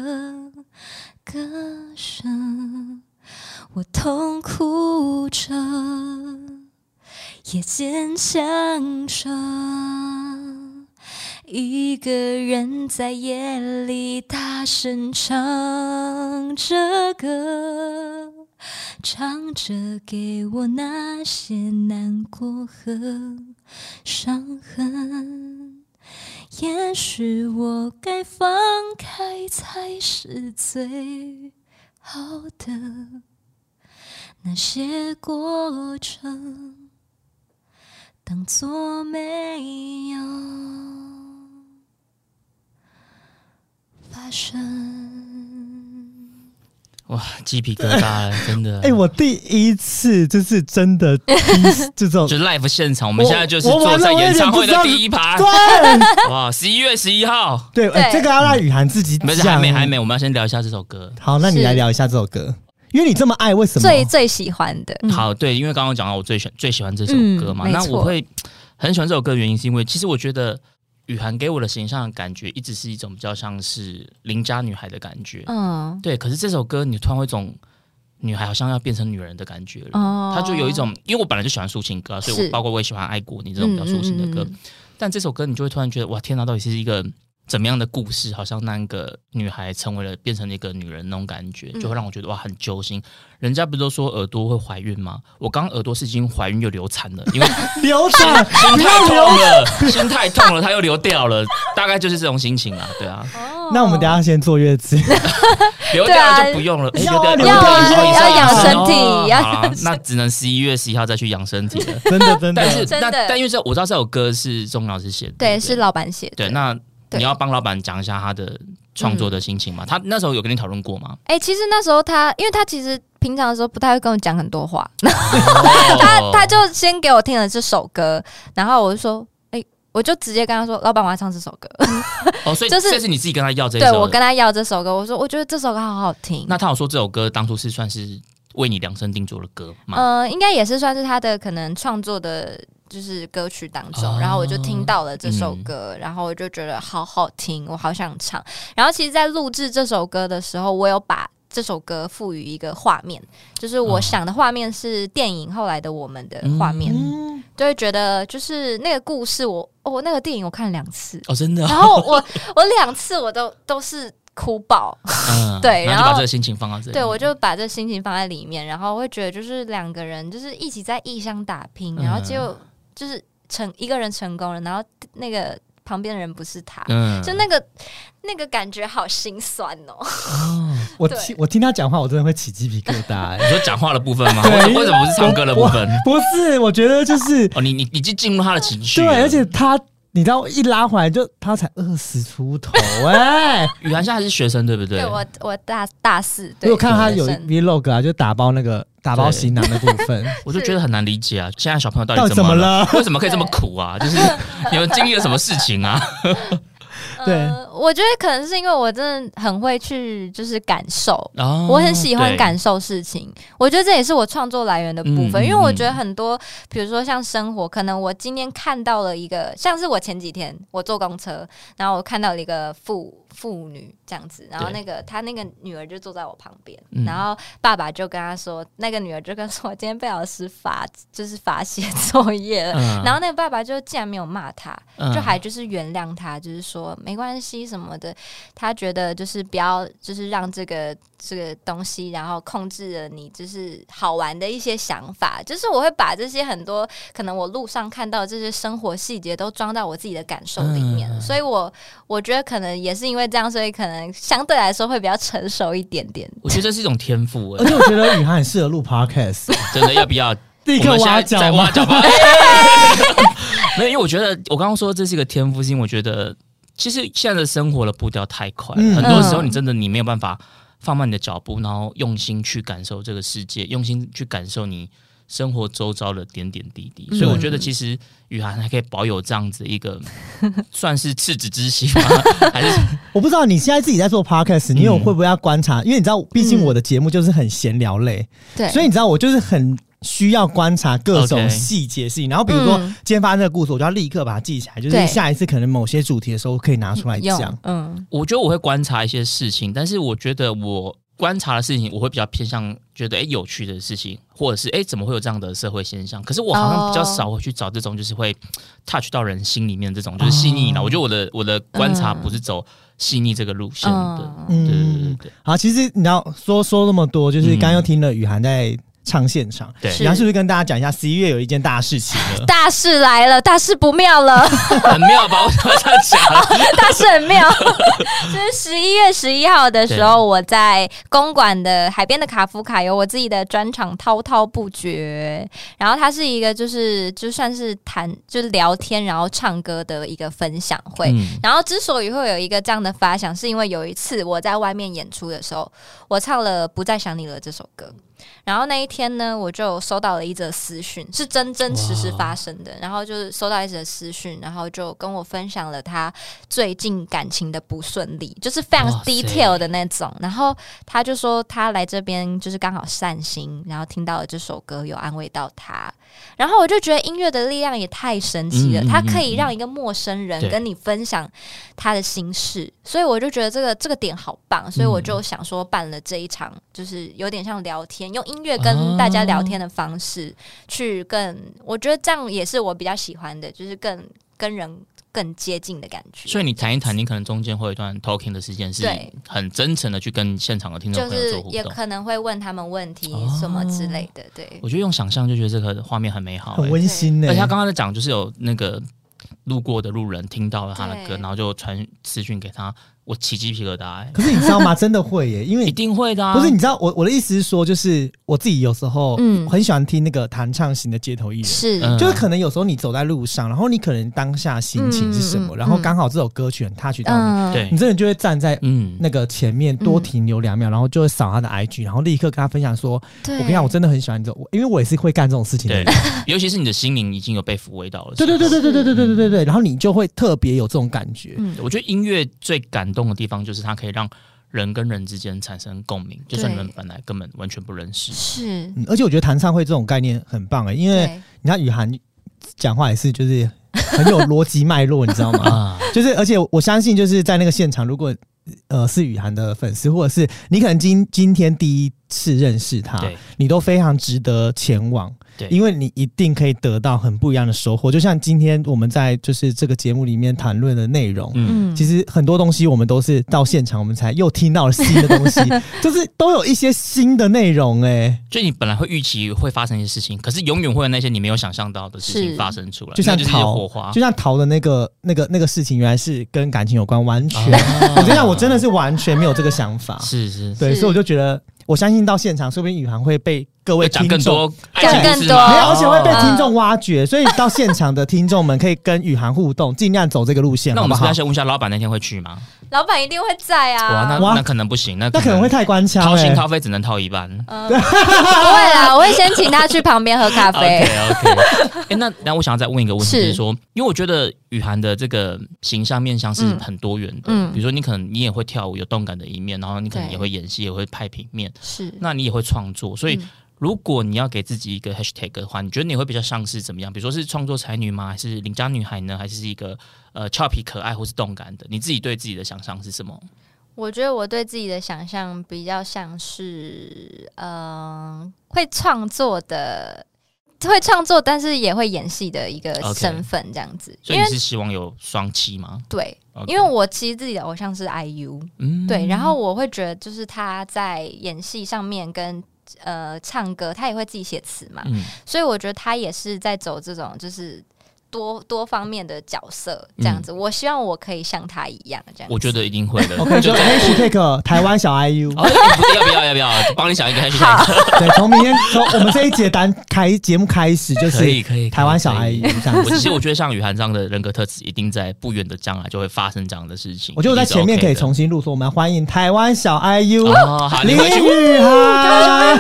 [SPEAKER 5] 歌声，我痛哭着。也坚强着。一个人在夜里大声唱着歌，唱着给我那些难过和伤痕。也许我该放开才是最好的，那些过程。当作没有发生。
[SPEAKER 4] 哇，鸡皮疙瘩了，真 的。
[SPEAKER 3] 哎、我第一次就是真 的第一次这种
[SPEAKER 4] 就，是 live 现场，我们
[SPEAKER 3] 我
[SPEAKER 4] 现在就是
[SPEAKER 3] 我
[SPEAKER 4] 坐
[SPEAKER 3] 完了
[SPEAKER 4] 在
[SPEAKER 3] 我有
[SPEAKER 4] 演
[SPEAKER 3] 点
[SPEAKER 4] 唱
[SPEAKER 3] 不
[SPEAKER 4] 会
[SPEAKER 3] 知
[SPEAKER 4] 的
[SPEAKER 3] 道
[SPEAKER 4] 第一排，啊
[SPEAKER 3] 对
[SPEAKER 4] 哇，十一月十一 号，
[SPEAKER 3] 对、呃
[SPEAKER 1] 对
[SPEAKER 3] 这个要让雨涵自己
[SPEAKER 4] 没
[SPEAKER 3] 讲。
[SPEAKER 4] 事，还没还。没，我们要先聊一下这首歌。
[SPEAKER 3] 好，那你
[SPEAKER 1] 是
[SPEAKER 3] 来聊一下这首歌，因为你这么爱，为什么？
[SPEAKER 1] 最最喜欢的，
[SPEAKER 4] 好，对，因为刚刚讲到我最喜最喜欢这首歌嘛，
[SPEAKER 1] 嗯嗯没
[SPEAKER 4] 那
[SPEAKER 1] 错
[SPEAKER 4] 我会很喜欢这首歌的原因，是因为其实我觉得雨涵给我的形象感觉一直是一种比较像是邻家女孩的感觉，
[SPEAKER 1] 嗯，
[SPEAKER 4] 对。可是这首歌你突然会有一种女孩好像要变成女人的感觉了，
[SPEAKER 1] 哦
[SPEAKER 4] 她就有一种，因为我本来就喜欢抒情歌啊，所以
[SPEAKER 1] 是
[SPEAKER 4] 我包括我也喜欢《爱国你》这种比较抒情的歌，
[SPEAKER 1] 嗯嗯嗯
[SPEAKER 4] 但这首歌你就会突然觉得，哇，天哪，到底是一个怎么样的故事？好像那个女孩成为了变成了一个女人那种感
[SPEAKER 1] 嗯
[SPEAKER 4] 觉，就会让我觉得哇，很揪心。人家不是都说耳朵会怀孕吗？我刚耳朵是已经怀孕又流产了， 因为
[SPEAKER 3] 流
[SPEAKER 1] 哦
[SPEAKER 3] 产，
[SPEAKER 4] 心太痛了，心太痛了，它又流掉了，大概就是这种心情啊，对啊。
[SPEAKER 3] 那我们等一下先坐月子，
[SPEAKER 4] 流
[SPEAKER 1] 对
[SPEAKER 4] 掉
[SPEAKER 1] 啊
[SPEAKER 4] 了就不用了，哎
[SPEAKER 3] 要啊
[SPEAKER 4] 流掉
[SPEAKER 1] 要啊
[SPEAKER 4] 了哦你是
[SPEAKER 1] 要养
[SPEAKER 4] 身
[SPEAKER 1] 身
[SPEAKER 4] 哦
[SPEAKER 1] 体要
[SPEAKER 4] 好啦，那只能十一月十一号再去养身体了。
[SPEAKER 3] 真的真的
[SPEAKER 4] 但是，
[SPEAKER 1] 真
[SPEAKER 4] 那
[SPEAKER 1] 的
[SPEAKER 4] 但因为这我知道这首歌是钟老师写的，
[SPEAKER 1] 对，
[SPEAKER 4] 不
[SPEAKER 1] 是老板写的。
[SPEAKER 4] 对。那
[SPEAKER 1] 对嗯
[SPEAKER 4] 你要帮老板讲一下他的创作的心情嘛？他那时候有跟你讨论 过吗？
[SPEAKER 1] 哎、其实那时候他，因为他其实平常的时候不太会跟我讲很多话，
[SPEAKER 4] 他
[SPEAKER 1] 他就先给我听了这首歌，然后我就说，哎、我就直接跟他说，老板我要唱这首歌，
[SPEAKER 4] 哦，所以
[SPEAKER 1] 就是
[SPEAKER 4] 这是你自己跟他要这 一
[SPEAKER 1] 对
[SPEAKER 4] 首
[SPEAKER 1] 我
[SPEAKER 4] 的
[SPEAKER 1] 跟他要这首歌，我说我觉得这首歌好好听。
[SPEAKER 4] 那他有说这首歌当初是算是为你量身定做的歌吗？
[SPEAKER 1] 呃，应该也是算是他的可能创作的，就是歌曲当中，
[SPEAKER 4] 哦嗯
[SPEAKER 1] 然后我就听到了这首歌，然后我就觉得好好听，我好想唱。然后其实，在录制这首歌的时候，我有把。这首歌赋予一个画面，就是我
[SPEAKER 4] 哦
[SPEAKER 1] 想的画面是电影《后来的我们》的
[SPEAKER 4] 嗯
[SPEAKER 1] 呃画面，就会觉得就是那个故事我，哦、那个电影我看了两次，
[SPEAKER 4] 哦，真 的哦，
[SPEAKER 1] 然后我我两次我都都是哭 爆，
[SPEAKER 4] 嗯
[SPEAKER 1] 对
[SPEAKER 4] 然
[SPEAKER 1] 然
[SPEAKER 4] 后
[SPEAKER 1] 后
[SPEAKER 4] 就把这个心情放到这里，
[SPEAKER 1] 对我就把这心情放在里面，然后会觉得就是两个人就是一起在异乡打拼，
[SPEAKER 4] 嗯
[SPEAKER 1] 然后结果就是成一个人成功了，然后那个旁边的人不是他，
[SPEAKER 4] 嗯
[SPEAKER 1] 就那个那个感觉好心酸哦。
[SPEAKER 3] 我
[SPEAKER 1] 对
[SPEAKER 3] 听我听他讲话，我真的会起鸡皮疙瘩、
[SPEAKER 4] 你
[SPEAKER 3] 欸。
[SPEAKER 4] 说讲话的部 分吗？为为什么不是唱歌的部分？
[SPEAKER 3] 不是，我觉得就是
[SPEAKER 4] 哦，你你你就进入他的情绪
[SPEAKER 3] 对
[SPEAKER 4] 了，，
[SPEAKER 3] 而且他，你知道一拉回来就他才二十出头 哎、
[SPEAKER 4] 雨涵现在还是学生，对不对？
[SPEAKER 1] 对 我我大大四，
[SPEAKER 3] 我
[SPEAKER 1] 对
[SPEAKER 3] 有看到他有
[SPEAKER 1] 人生
[SPEAKER 3] vlog 啊，就打包那个打包行囊的部分，
[SPEAKER 4] 我就觉得很难理解啊，现在小朋友到
[SPEAKER 3] 到
[SPEAKER 4] 底
[SPEAKER 3] 底
[SPEAKER 4] 么
[SPEAKER 3] 怎么了
[SPEAKER 4] 为什么可以这么苦啊？就是你们经历了什么事 情啊？
[SPEAKER 1] 呃，我觉得可能是因为我真的很会去就是感受，
[SPEAKER 4] 哦
[SPEAKER 1] 我很喜欢
[SPEAKER 4] 对
[SPEAKER 1] 感受事情，我觉得这也是我创作来源的部分，
[SPEAKER 4] 嗯嗯
[SPEAKER 1] 因为我觉得很多，比如说像生活，可能我今天看到了一个，像是我前几天我坐公车，然后我看到了一个妇妇女这样子，然后那个她那个女儿就坐在我旁边，
[SPEAKER 4] 嗯
[SPEAKER 1] 然后爸爸就跟她说，那个女儿就跟她说，我今天被老师罚，就是罚写作业了，
[SPEAKER 4] 嗯
[SPEAKER 1] 然后那个爸爸就竟然没有骂她，
[SPEAKER 4] 嗯
[SPEAKER 1] 就还就是原谅他，就是说没关系什么的。他觉得就是不要，就是让这个这个东西，然后控制了你，就是好玩的一些想法。就是我会把这些很多可能我路上看到的这些生活细节都装到我自己的感受里面，
[SPEAKER 4] 嗯
[SPEAKER 1] 所以我我觉得可能也是因为这样，所以可能相对来说会比较成熟一点点。
[SPEAKER 4] 我觉得这是一种天赋
[SPEAKER 3] 而
[SPEAKER 4] 欸，
[SPEAKER 3] 且我觉得雨涵很适合录 podcast，
[SPEAKER 4] 真的要不要？
[SPEAKER 3] 立刻
[SPEAKER 4] 我们现
[SPEAKER 3] 挖
[SPEAKER 4] 在再
[SPEAKER 3] 角
[SPEAKER 4] 挖
[SPEAKER 3] 吗？
[SPEAKER 4] 角吧。没有，因为我觉得我刚刚说这是一个天赋，是因为我觉得其实现在的生活的步调太快了，
[SPEAKER 3] 嗯
[SPEAKER 4] 很多时候你真的你没有办法放慢你的脚步，然后用心去感受这个世界，用心去感受你生活周遭的点点滴滴。
[SPEAKER 3] 嗯
[SPEAKER 4] 所以我觉得其实雨涵还可以保有这样子一个算是赤子之心 吗？还是
[SPEAKER 3] 我不知道你现在自己在做 podcast，你有会不会要观察？因为你知道，毕竟我的节目就是很闲聊类，
[SPEAKER 1] 对，
[SPEAKER 3] 所以你知道我就是很。需要观察各种
[SPEAKER 4] OK
[SPEAKER 3] 细节事情然后比如说
[SPEAKER 1] 嗯
[SPEAKER 3] 今天发生的故事，我就要立刻把它记起来，就是
[SPEAKER 1] 对
[SPEAKER 3] 下一次可能某些主题的时候可以拿出来
[SPEAKER 1] 用
[SPEAKER 3] 讲。
[SPEAKER 1] 嗯
[SPEAKER 4] 我觉得我会观察一些事情，但是我觉得我观察的事情，我会比较偏向觉得哎、诶有趣的事情，或者是哎、诶怎么会有这样的社会现象？可是我好像
[SPEAKER 1] 哦
[SPEAKER 4] 比较少会去找这种就是会 touch 到人心里面这种就是细腻的。我觉得我的我的观察不是走细腻这个路线的。
[SPEAKER 1] 嗯，
[SPEAKER 4] 对对对
[SPEAKER 3] 嗯，
[SPEAKER 4] 对
[SPEAKER 3] 好，其实你知道说说那么多，就是
[SPEAKER 4] 嗯
[SPEAKER 3] 刚刚又听了雨涵在唱现场，
[SPEAKER 4] 对
[SPEAKER 3] 然后是不是跟大家讲一下十一月有一件大事情 了？
[SPEAKER 1] 大事来了，大事不妙了。
[SPEAKER 4] 对，很妙吧？我怎么这样讲？
[SPEAKER 1] 大神庙， 就是十一月十一号的时候，我在公馆的海边的卡夫卡有我自己的专场《滔滔不绝》，然后它是一个就是就算是谈就是聊天，然后唱歌的一个分享会。
[SPEAKER 4] 嗯
[SPEAKER 1] 然后之所以会有一个这样的发想，是因为有一次我在外面演出的时候，我唱了《不再想你了》这首歌。然后那一天呢，我就收到了一则私讯，是真真实实发生的。然后就是收到一则私讯，然后就跟我分享了他最近感情的不顺利，就是非常
[SPEAKER 4] 哇塞
[SPEAKER 1] detail 的那种。然后他就说他来这边就是刚好散心，然后听到了这首歌，有安慰到他。然后我就觉得音乐的力量也太神奇了，
[SPEAKER 4] 嗯嗯
[SPEAKER 1] 它可以让一个陌生人
[SPEAKER 4] 对
[SPEAKER 1] 跟你分享他的心事，所以我就觉得这个这个点好棒，所以
[SPEAKER 3] 嗯
[SPEAKER 1] 我就想说办了这一场，就是有点像聊天，用音乐跟大家聊天的方式、去更，我觉得这样也是我比较喜欢的，就是更跟人更接近的感觉。
[SPEAKER 4] 所以你谈一谈，你可能中间会有一段 talking 的时间，是
[SPEAKER 1] 对
[SPEAKER 4] 很真诚的去跟现场的听众
[SPEAKER 1] 就
[SPEAKER 4] 朋友
[SPEAKER 1] 是
[SPEAKER 4] 做互
[SPEAKER 1] 也
[SPEAKER 4] 动。
[SPEAKER 1] 可能会问他们问题
[SPEAKER 4] 哦
[SPEAKER 1] 什么之类的，对
[SPEAKER 3] 哦
[SPEAKER 4] 我觉得用想象就觉得这个画面很美好、
[SPEAKER 3] 很
[SPEAKER 4] 欸
[SPEAKER 3] 温馨呢、
[SPEAKER 4] 而且他刚刚在讲，就是有那个路过的路人听到了他的歌，
[SPEAKER 1] 对
[SPEAKER 4] 然后就传私讯给他。我起鸡皮疙瘩、欸，
[SPEAKER 3] 可是你知道吗？真的会耶，因为
[SPEAKER 4] 一定会的、啊。
[SPEAKER 3] 不是你知道我我的意思是说，就是我自己有时候
[SPEAKER 1] 嗯
[SPEAKER 3] 很喜欢听那个弹唱型的街头艺人，
[SPEAKER 1] 是，
[SPEAKER 4] 嗯
[SPEAKER 3] 就是可能有时候你走在路上，然后你可能当下心情是什么，
[SPEAKER 1] 嗯嗯嗯
[SPEAKER 3] 然后刚好这首歌曲很 touch 到你，
[SPEAKER 1] 嗯，
[SPEAKER 4] 对
[SPEAKER 3] 你真的就会站在
[SPEAKER 4] 嗯，
[SPEAKER 3] 那个前面多停留两秒，然后就会扫他的 IG，然后立刻跟他分享说：“
[SPEAKER 1] 对，
[SPEAKER 3] 我嗯跟你讲，我真的很喜欢你这种，我因为我也是会干这种事情的
[SPEAKER 4] 对
[SPEAKER 3] 人。”，
[SPEAKER 4] 尤其是你的心灵已经有被抚慰到了。
[SPEAKER 3] 对对对对对对对对对对对，然后你就会特别有这种感觉。
[SPEAKER 1] 嗯
[SPEAKER 4] 对，我觉得音乐最感动的地方就是它可以让人跟人之间产生共鸣，就算你们本来根本完全不认识。
[SPEAKER 1] 是，
[SPEAKER 3] 嗯而且我觉得弹唱会这种概念很棒哎、因为
[SPEAKER 1] 对，
[SPEAKER 3] 你看雨涵讲话也是就是很有逻辑脉络，你知道吗？
[SPEAKER 4] 啊，
[SPEAKER 3] 就是而且我相信就是在那个现场，如果呃是雨涵的粉丝，或者是你可能今今天第一次认识他，
[SPEAKER 4] 对
[SPEAKER 3] 你都非常值得前往。
[SPEAKER 4] 对
[SPEAKER 3] 因为你一定可以得到很不一样的收获。就像今天我们在就是这个节目里面谈论的内容，
[SPEAKER 4] 嗯，
[SPEAKER 3] 其实很多东西我们都是到现场我们才又听到了新的 东西，就是都有一些新的内容哎、
[SPEAKER 4] 就你本来会预期会发生一些事情，可是永远会有那些你没有想象到的事
[SPEAKER 1] 是
[SPEAKER 4] 情发生出来，
[SPEAKER 3] 就像
[SPEAKER 4] 那就是一些
[SPEAKER 3] 逃
[SPEAKER 4] 火花
[SPEAKER 3] 就。像逃的那个那个那个事情，原来是跟感情有关，完全，
[SPEAKER 4] 啊
[SPEAKER 3] 我跟你讲，我真的是完全没有这个想法，
[SPEAKER 4] 是是，
[SPEAKER 3] 对，
[SPEAKER 1] 是
[SPEAKER 3] 所以我就觉得，我相信到现场，说不定雨涵会被各位
[SPEAKER 4] 会
[SPEAKER 3] 听
[SPEAKER 4] 讲
[SPEAKER 3] 众
[SPEAKER 4] 更多啊爱
[SPEAKER 1] 讲
[SPEAKER 4] 情
[SPEAKER 1] 更
[SPEAKER 4] 故事
[SPEAKER 1] 多
[SPEAKER 4] 吗
[SPEAKER 3] 没有，而且会被
[SPEAKER 1] 哦
[SPEAKER 3] 听众挖掘，所以到现场的听众们可以跟雨涵互动，尽量走这个路线，
[SPEAKER 4] 那我
[SPEAKER 3] 好不
[SPEAKER 4] 们是
[SPEAKER 3] 好
[SPEAKER 4] 不是要？先问一下老板那天会去吗？
[SPEAKER 1] 老板一定会在啊，
[SPEAKER 4] 哇，那
[SPEAKER 3] 哇
[SPEAKER 4] 那可能不行，那
[SPEAKER 3] 那可能会太官腔哎
[SPEAKER 4] 掏
[SPEAKER 3] 了、
[SPEAKER 4] 心掏肺只能掏一半。
[SPEAKER 1] 嗯不会 啦，我会先请他去旁边喝咖
[SPEAKER 3] 哦
[SPEAKER 1] 啡。
[SPEAKER 4] OK OK，哎、那那我想要再问一个问题，
[SPEAKER 1] 是
[SPEAKER 4] 就是说，因为我觉得雨涵的这个形象面相是
[SPEAKER 1] 嗯
[SPEAKER 4] 很多元的，
[SPEAKER 1] 嗯
[SPEAKER 4] 比如说你可能你也会跳舞，有动感的一面，然后你可能
[SPEAKER 1] 对
[SPEAKER 4] 也会演戏，也会拍平面，
[SPEAKER 1] 是，
[SPEAKER 4] 那你也会创作，所以。
[SPEAKER 1] 嗯
[SPEAKER 4] 如果你要给自己一个 hashtag 的话，你觉得你会比较像是怎么样？比如说是创作才女吗？还是邻家女孩呢？还是一个呃俏皮可爱或是动感的？你自己对自己的想象是什么？
[SPEAKER 1] 我觉得我对自己的想象比较像是，嗯、会创作的，会创作，但是也会演戏的一个
[SPEAKER 4] OK
[SPEAKER 1] 身份，这样子。
[SPEAKER 4] 所以
[SPEAKER 1] 因
[SPEAKER 4] 你
[SPEAKER 1] 为
[SPEAKER 4] 是希望有双栖吗？
[SPEAKER 1] 对
[SPEAKER 4] OK
[SPEAKER 1] 因为我其实自己的偶像是 IU，、
[SPEAKER 4] 嗯
[SPEAKER 1] 对，然后我会觉得就是他在演戏上面跟呃唱歌，他也会自己写词嘛，
[SPEAKER 4] 嗯
[SPEAKER 1] 所以我觉得他也是在走这种就是。多多方面的角色这样子，我希望我可以像他一样这样子。
[SPEAKER 4] 嗯我觉得一定会的。
[SPEAKER 3] OK，就 hashtag 台湾小 IU，
[SPEAKER 4] 哦，哎不要不要要不要，帮你想一个 hashtag，
[SPEAKER 3] 对，从明天从我们这一节单开节目开始就
[SPEAKER 4] 可以
[SPEAKER 3] 是
[SPEAKER 4] 可以。
[SPEAKER 3] 台湾小
[SPEAKER 4] 可以
[SPEAKER 3] IU 这样
[SPEAKER 4] 我
[SPEAKER 3] 子。
[SPEAKER 4] 其实我觉得像雨涵这样的人格特质，一定在不远的将来就会发生这样的事情。
[SPEAKER 3] 我觉得我在前面可以重
[SPEAKER 4] 新。
[SPEAKER 3] 新录说，我们要欢迎台湾小 IU
[SPEAKER 4] 哦，好，
[SPEAKER 3] 林
[SPEAKER 4] 你回去
[SPEAKER 3] 雨涵，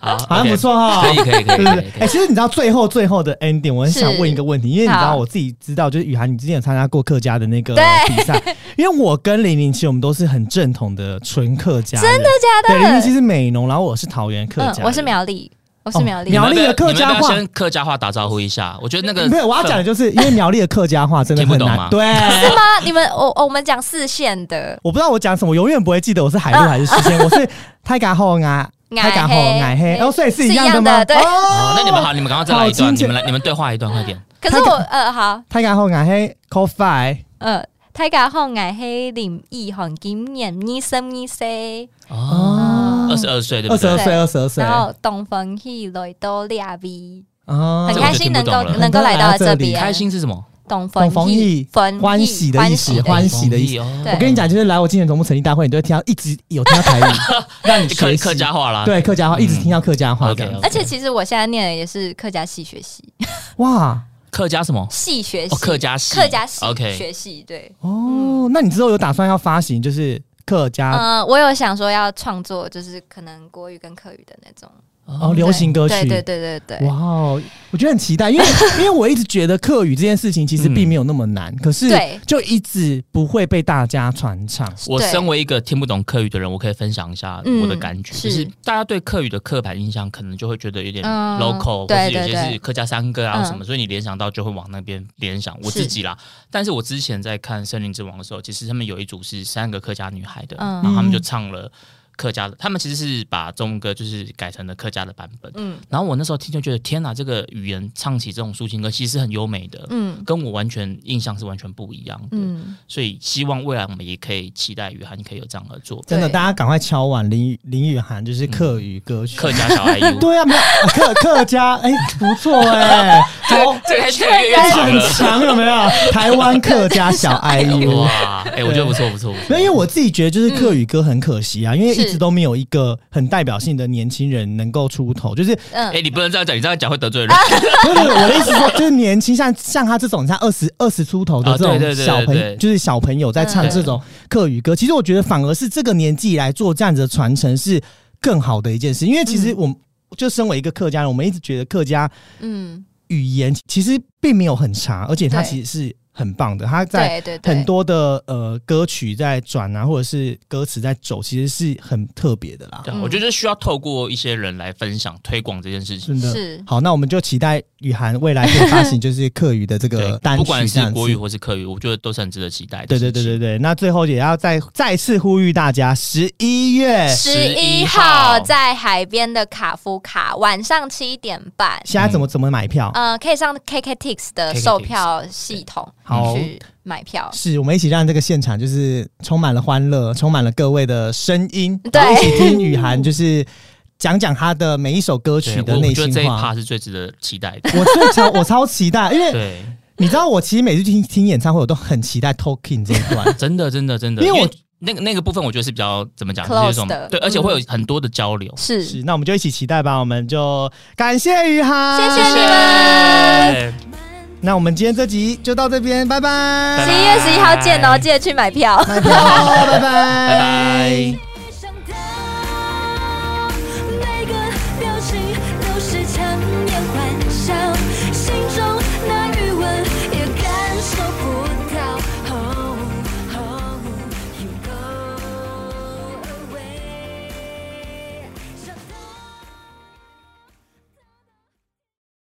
[SPEAKER 4] 好，
[SPEAKER 3] 好像
[SPEAKER 4] OK
[SPEAKER 3] 不错哈
[SPEAKER 4] 可以可以可
[SPEAKER 3] 对
[SPEAKER 4] 以可
[SPEAKER 3] 对
[SPEAKER 4] 以
[SPEAKER 3] 对。
[SPEAKER 4] 可
[SPEAKER 3] 哎，
[SPEAKER 4] 以。
[SPEAKER 3] 其实你知道最后最后的 ending，我很
[SPEAKER 1] 是
[SPEAKER 3] 想问一个问题，因为你知
[SPEAKER 1] 好
[SPEAKER 3] 道我自己知道，就是雨涵，你之前有参加过客家的那个
[SPEAKER 1] 对
[SPEAKER 3] 比赛，因为我跟零零七我们都是很正统的纯客家人，真的
[SPEAKER 1] 假
[SPEAKER 3] 对，
[SPEAKER 1] 的嗯
[SPEAKER 3] 零零七是美农，然后我是桃园客家人，
[SPEAKER 1] 我是苗栗，我是
[SPEAKER 3] 哦
[SPEAKER 1] 苗栗。
[SPEAKER 3] 苗
[SPEAKER 4] 你们
[SPEAKER 3] 栗的客
[SPEAKER 4] 你们要
[SPEAKER 3] 家话
[SPEAKER 4] 先客家话打招呼一下。我觉得那个
[SPEAKER 3] 没有，我要讲的就是因为苗栗的客家话真的很
[SPEAKER 4] 听不懂啊
[SPEAKER 3] 难，
[SPEAKER 4] 吗
[SPEAKER 3] 对。
[SPEAKER 1] 是吗？你们我我们讲四线的，
[SPEAKER 3] 我不知道我讲什么，我永远不会记得我是海陆
[SPEAKER 1] 啊
[SPEAKER 3] 还是西线，我是泰嘎后啊，泰嘎后 矮黑，哦，所以是一样的吗？
[SPEAKER 1] 对。
[SPEAKER 4] 哦，那你们好，你们赶快再来一
[SPEAKER 3] 好
[SPEAKER 4] 段，
[SPEAKER 3] 亲切
[SPEAKER 4] 你们来，你们对话一段，快点。
[SPEAKER 1] 可是我呃好
[SPEAKER 3] 泰嘎后矮黑，call five，
[SPEAKER 1] 呃，大家好，我是林奕宏，今年二十二岁，
[SPEAKER 4] 哦，
[SPEAKER 1] 哦
[SPEAKER 4] 二十二岁对
[SPEAKER 3] 二
[SPEAKER 4] 不
[SPEAKER 3] 十二
[SPEAKER 4] 对？
[SPEAKER 3] 岁，二十二岁，
[SPEAKER 1] 然后东风喜来到两位，
[SPEAKER 3] 哦
[SPEAKER 1] 很
[SPEAKER 4] 这
[SPEAKER 1] 开
[SPEAKER 4] 我就
[SPEAKER 1] 心
[SPEAKER 4] 听
[SPEAKER 1] 能
[SPEAKER 4] 不
[SPEAKER 1] 够
[SPEAKER 4] 懂了
[SPEAKER 1] 能够来到这
[SPEAKER 3] 很多人来到这里
[SPEAKER 1] 边，
[SPEAKER 4] 开心是什么？
[SPEAKER 1] 东风
[SPEAKER 3] 懂风
[SPEAKER 1] 喜
[SPEAKER 3] 意
[SPEAKER 1] 分
[SPEAKER 3] 欢喜的意思
[SPEAKER 1] 喜
[SPEAKER 3] 欢喜的意思
[SPEAKER 4] 哦
[SPEAKER 1] 对
[SPEAKER 3] 我跟你讲，就是来我竞选总部成立大会，你都会听到一直有听到 台语，让你
[SPEAKER 4] 客
[SPEAKER 3] 学习
[SPEAKER 4] 客家话啦。
[SPEAKER 3] 对客
[SPEAKER 4] 嗯
[SPEAKER 3] 家话，一直听到客家话
[SPEAKER 4] OK，
[SPEAKER 3] 这样。
[SPEAKER 1] 而且其实我现在念的也是客家戏学系，
[SPEAKER 3] 哇
[SPEAKER 4] 客家什么？
[SPEAKER 1] 戏学系
[SPEAKER 4] 哦，客家戏，
[SPEAKER 1] 客家戏
[SPEAKER 4] OK，
[SPEAKER 1] 学系对。
[SPEAKER 3] 哦，那你之后有打算要发行就是客家
[SPEAKER 1] 呃，我有想说要创作，就是可能国语跟客语的那种
[SPEAKER 3] 哦流行歌曲？
[SPEAKER 1] 对对对对对
[SPEAKER 3] 哇，哦，我觉得很期 待，因为因为我一直觉得课语这件事情其实并没有那么难，可是
[SPEAKER 1] 嗯对
[SPEAKER 3] 就一直不会被大家传唱。
[SPEAKER 4] 我
[SPEAKER 1] 对
[SPEAKER 4] 身为一个听不懂客语的人，我可以分享一下我的
[SPEAKER 1] 嗯
[SPEAKER 4] 感觉，
[SPEAKER 1] 是
[SPEAKER 4] 就是大家对客语的刻板印象可能就会觉得有点
[SPEAKER 1] 嗯
[SPEAKER 4] local，、或
[SPEAKER 1] 对
[SPEAKER 4] 是有
[SPEAKER 1] 对
[SPEAKER 4] 些
[SPEAKER 1] 对
[SPEAKER 4] 是客家山歌啊
[SPEAKER 1] 嗯
[SPEAKER 4] 什么，所以你联想到就会往那边联想。我
[SPEAKER 1] 是
[SPEAKER 4] 自己啦，但是我之前在看《森林之王》的时候，其实他们有一组是三个客家女孩的，
[SPEAKER 1] 嗯
[SPEAKER 4] 然后他们就唱了客家的，他们其实是把中文歌就是改成了客家的版本。
[SPEAKER 1] 嗯
[SPEAKER 4] 然后我那时候听就觉得天哪，这个语言唱起这种抒情歌其实是很优美的，
[SPEAKER 1] 嗯
[SPEAKER 4] 跟我完全印象是完全不一样的。
[SPEAKER 1] 嗯，
[SPEAKER 4] 所以希望未来我们也可以期待雨涵可以有这样的作品。
[SPEAKER 3] 真的，
[SPEAKER 1] 对
[SPEAKER 3] 大家赶快敲碗林雨林雨涵就是课语歌
[SPEAKER 1] 嗯
[SPEAKER 3] 曲。
[SPEAKER 4] 客家小 IU，
[SPEAKER 3] 对啊，没有啊客客家，哎、不错哎、好
[SPEAKER 4] 这个开始越来越长
[SPEAKER 3] 很
[SPEAKER 4] 了。
[SPEAKER 3] 强有没 有？台湾客家小 IU。
[SPEAKER 4] 哇，哎、我觉得不错，不错，不错。
[SPEAKER 3] 没有，因为我自己觉得就是客语歌很可惜啊，因为一
[SPEAKER 1] 嗯是
[SPEAKER 3] 直都没有一个很代表性的年轻人能够出头。就是
[SPEAKER 4] 哎、
[SPEAKER 1] 嗯，
[SPEAKER 4] 你不能这样讲，你这样讲会得
[SPEAKER 3] 啊
[SPEAKER 4] 罪人。
[SPEAKER 3] 不是不是我的意思是说，就是年轻像像他这种像二十二十出头的
[SPEAKER 4] 啊
[SPEAKER 3] 这
[SPEAKER 4] 对对
[SPEAKER 3] 种
[SPEAKER 4] 对
[SPEAKER 3] 小朋
[SPEAKER 4] 对对
[SPEAKER 3] 就是小朋友在唱
[SPEAKER 1] 嗯
[SPEAKER 3] 这种客语歌，其实我觉得反而是这个年纪来做这样子的传承是更好的一件事，因为其实我们就身为一个客家人，我们一直觉得客家
[SPEAKER 1] 嗯，
[SPEAKER 3] 语言其实并没有很差，而且它
[SPEAKER 1] 对
[SPEAKER 3] 其实是很棒的，它在
[SPEAKER 1] 对对对，
[SPEAKER 3] 很多的呃歌曲在转啊，或者是歌词在走，其实是很特别的啦，
[SPEAKER 4] 对啊
[SPEAKER 1] 嗯
[SPEAKER 4] 我觉得需要透过一些人来分享推广这件事情。
[SPEAKER 3] 真的。
[SPEAKER 1] 是
[SPEAKER 3] 好，那我们就期待雨涵未来可以发行就是客语的这个
[SPEAKER 4] 对，
[SPEAKER 3] 单曲，
[SPEAKER 4] 不管
[SPEAKER 3] 这
[SPEAKER 4] 是
[SPEAKER 3] 样
[SPEAKER 4] 国语
[SPEAKER 3] 子。
[SPEAKER 4] 或是客语，我觉得都是很值得期待的
[SPEAKER 3] 对对
[SPEAKER 4] 事情。
[SPEAKER 3] 对对对，那最后也要再再次呼吁大家，十一月
[SPEAKER 1] 十一
[SPEAKER 4] 11
[SPEAKER 1] 号
[SPEAKER 4] 号
[SPEAKER 1] 在海边的卡夫卡，晚上七点半。
[SPEAKER 3] 现在怎么怎么买
[SPEAKER 4] 嗯
[SPEAKER 3] 票？
[SPEAKER 1] 呃，可以上 KKTix 的
[SPEAKER 4] KKTix
[SPEAKER 1] 售票系统
[SPEAKER 3] 好
[SPEAKER 1] 去买票。
[SPEAKER 3] 是我们一起让这个现场就是充满了欢乐，充满了各位的声音，
[SPEAKER 1] 对
[SPEAKER 3] 然后一起听雨涵就是讲讲她的每一首歌曲
[SPEAKER 4] 对
[SPEAKER 3] 的
[SPEAKER 4] 我
[SPEAKER 3] 内
[SPEAKER 4] 我觉得
[SPEAKER 3] 心
[SPEAKER 4] 这一
[SPEAKER 3] 话
[SPEAKER 4] 趴。是最值得期待的。
[SPEAKER 3] 我最超 我超期待，因为
[SPEAKER 4] 对，。
[SPEAKER 3] 你知道我其实每次听听演唱会，我都很期待 Talking 这一段
[SPEAKER 4] 真的，真的，真的，
[SPEAKER 3] 因为我
[SPEAKER 4] 那个那个部分，我觉得是比较怎么讲，
[SPEAKER 1] Close
[SPEAKER 4] 有一种
[SPEAKER 1] 的
[SPEAKER 4] 对，而且
[SPEAKER 1] 嗯
[SPEAKER 4] 会有很多的交流。
[SPEAKER 1] 是，
[SPEAKER 3] 是， 那我们就一起期待吧。我们就感谢雨涵，
[SPEAKER 1] 谢谢你们，
[SPEAKER 4] 对
[SPEAKER 3] 那我们今天这集就到这边，拜拜，
[SPEAKER 1] 十一月十一号见哦，记得去买票。
[SPEAKER 3] 拜拜，拜拜
[SPEAKER 4] 拜拜。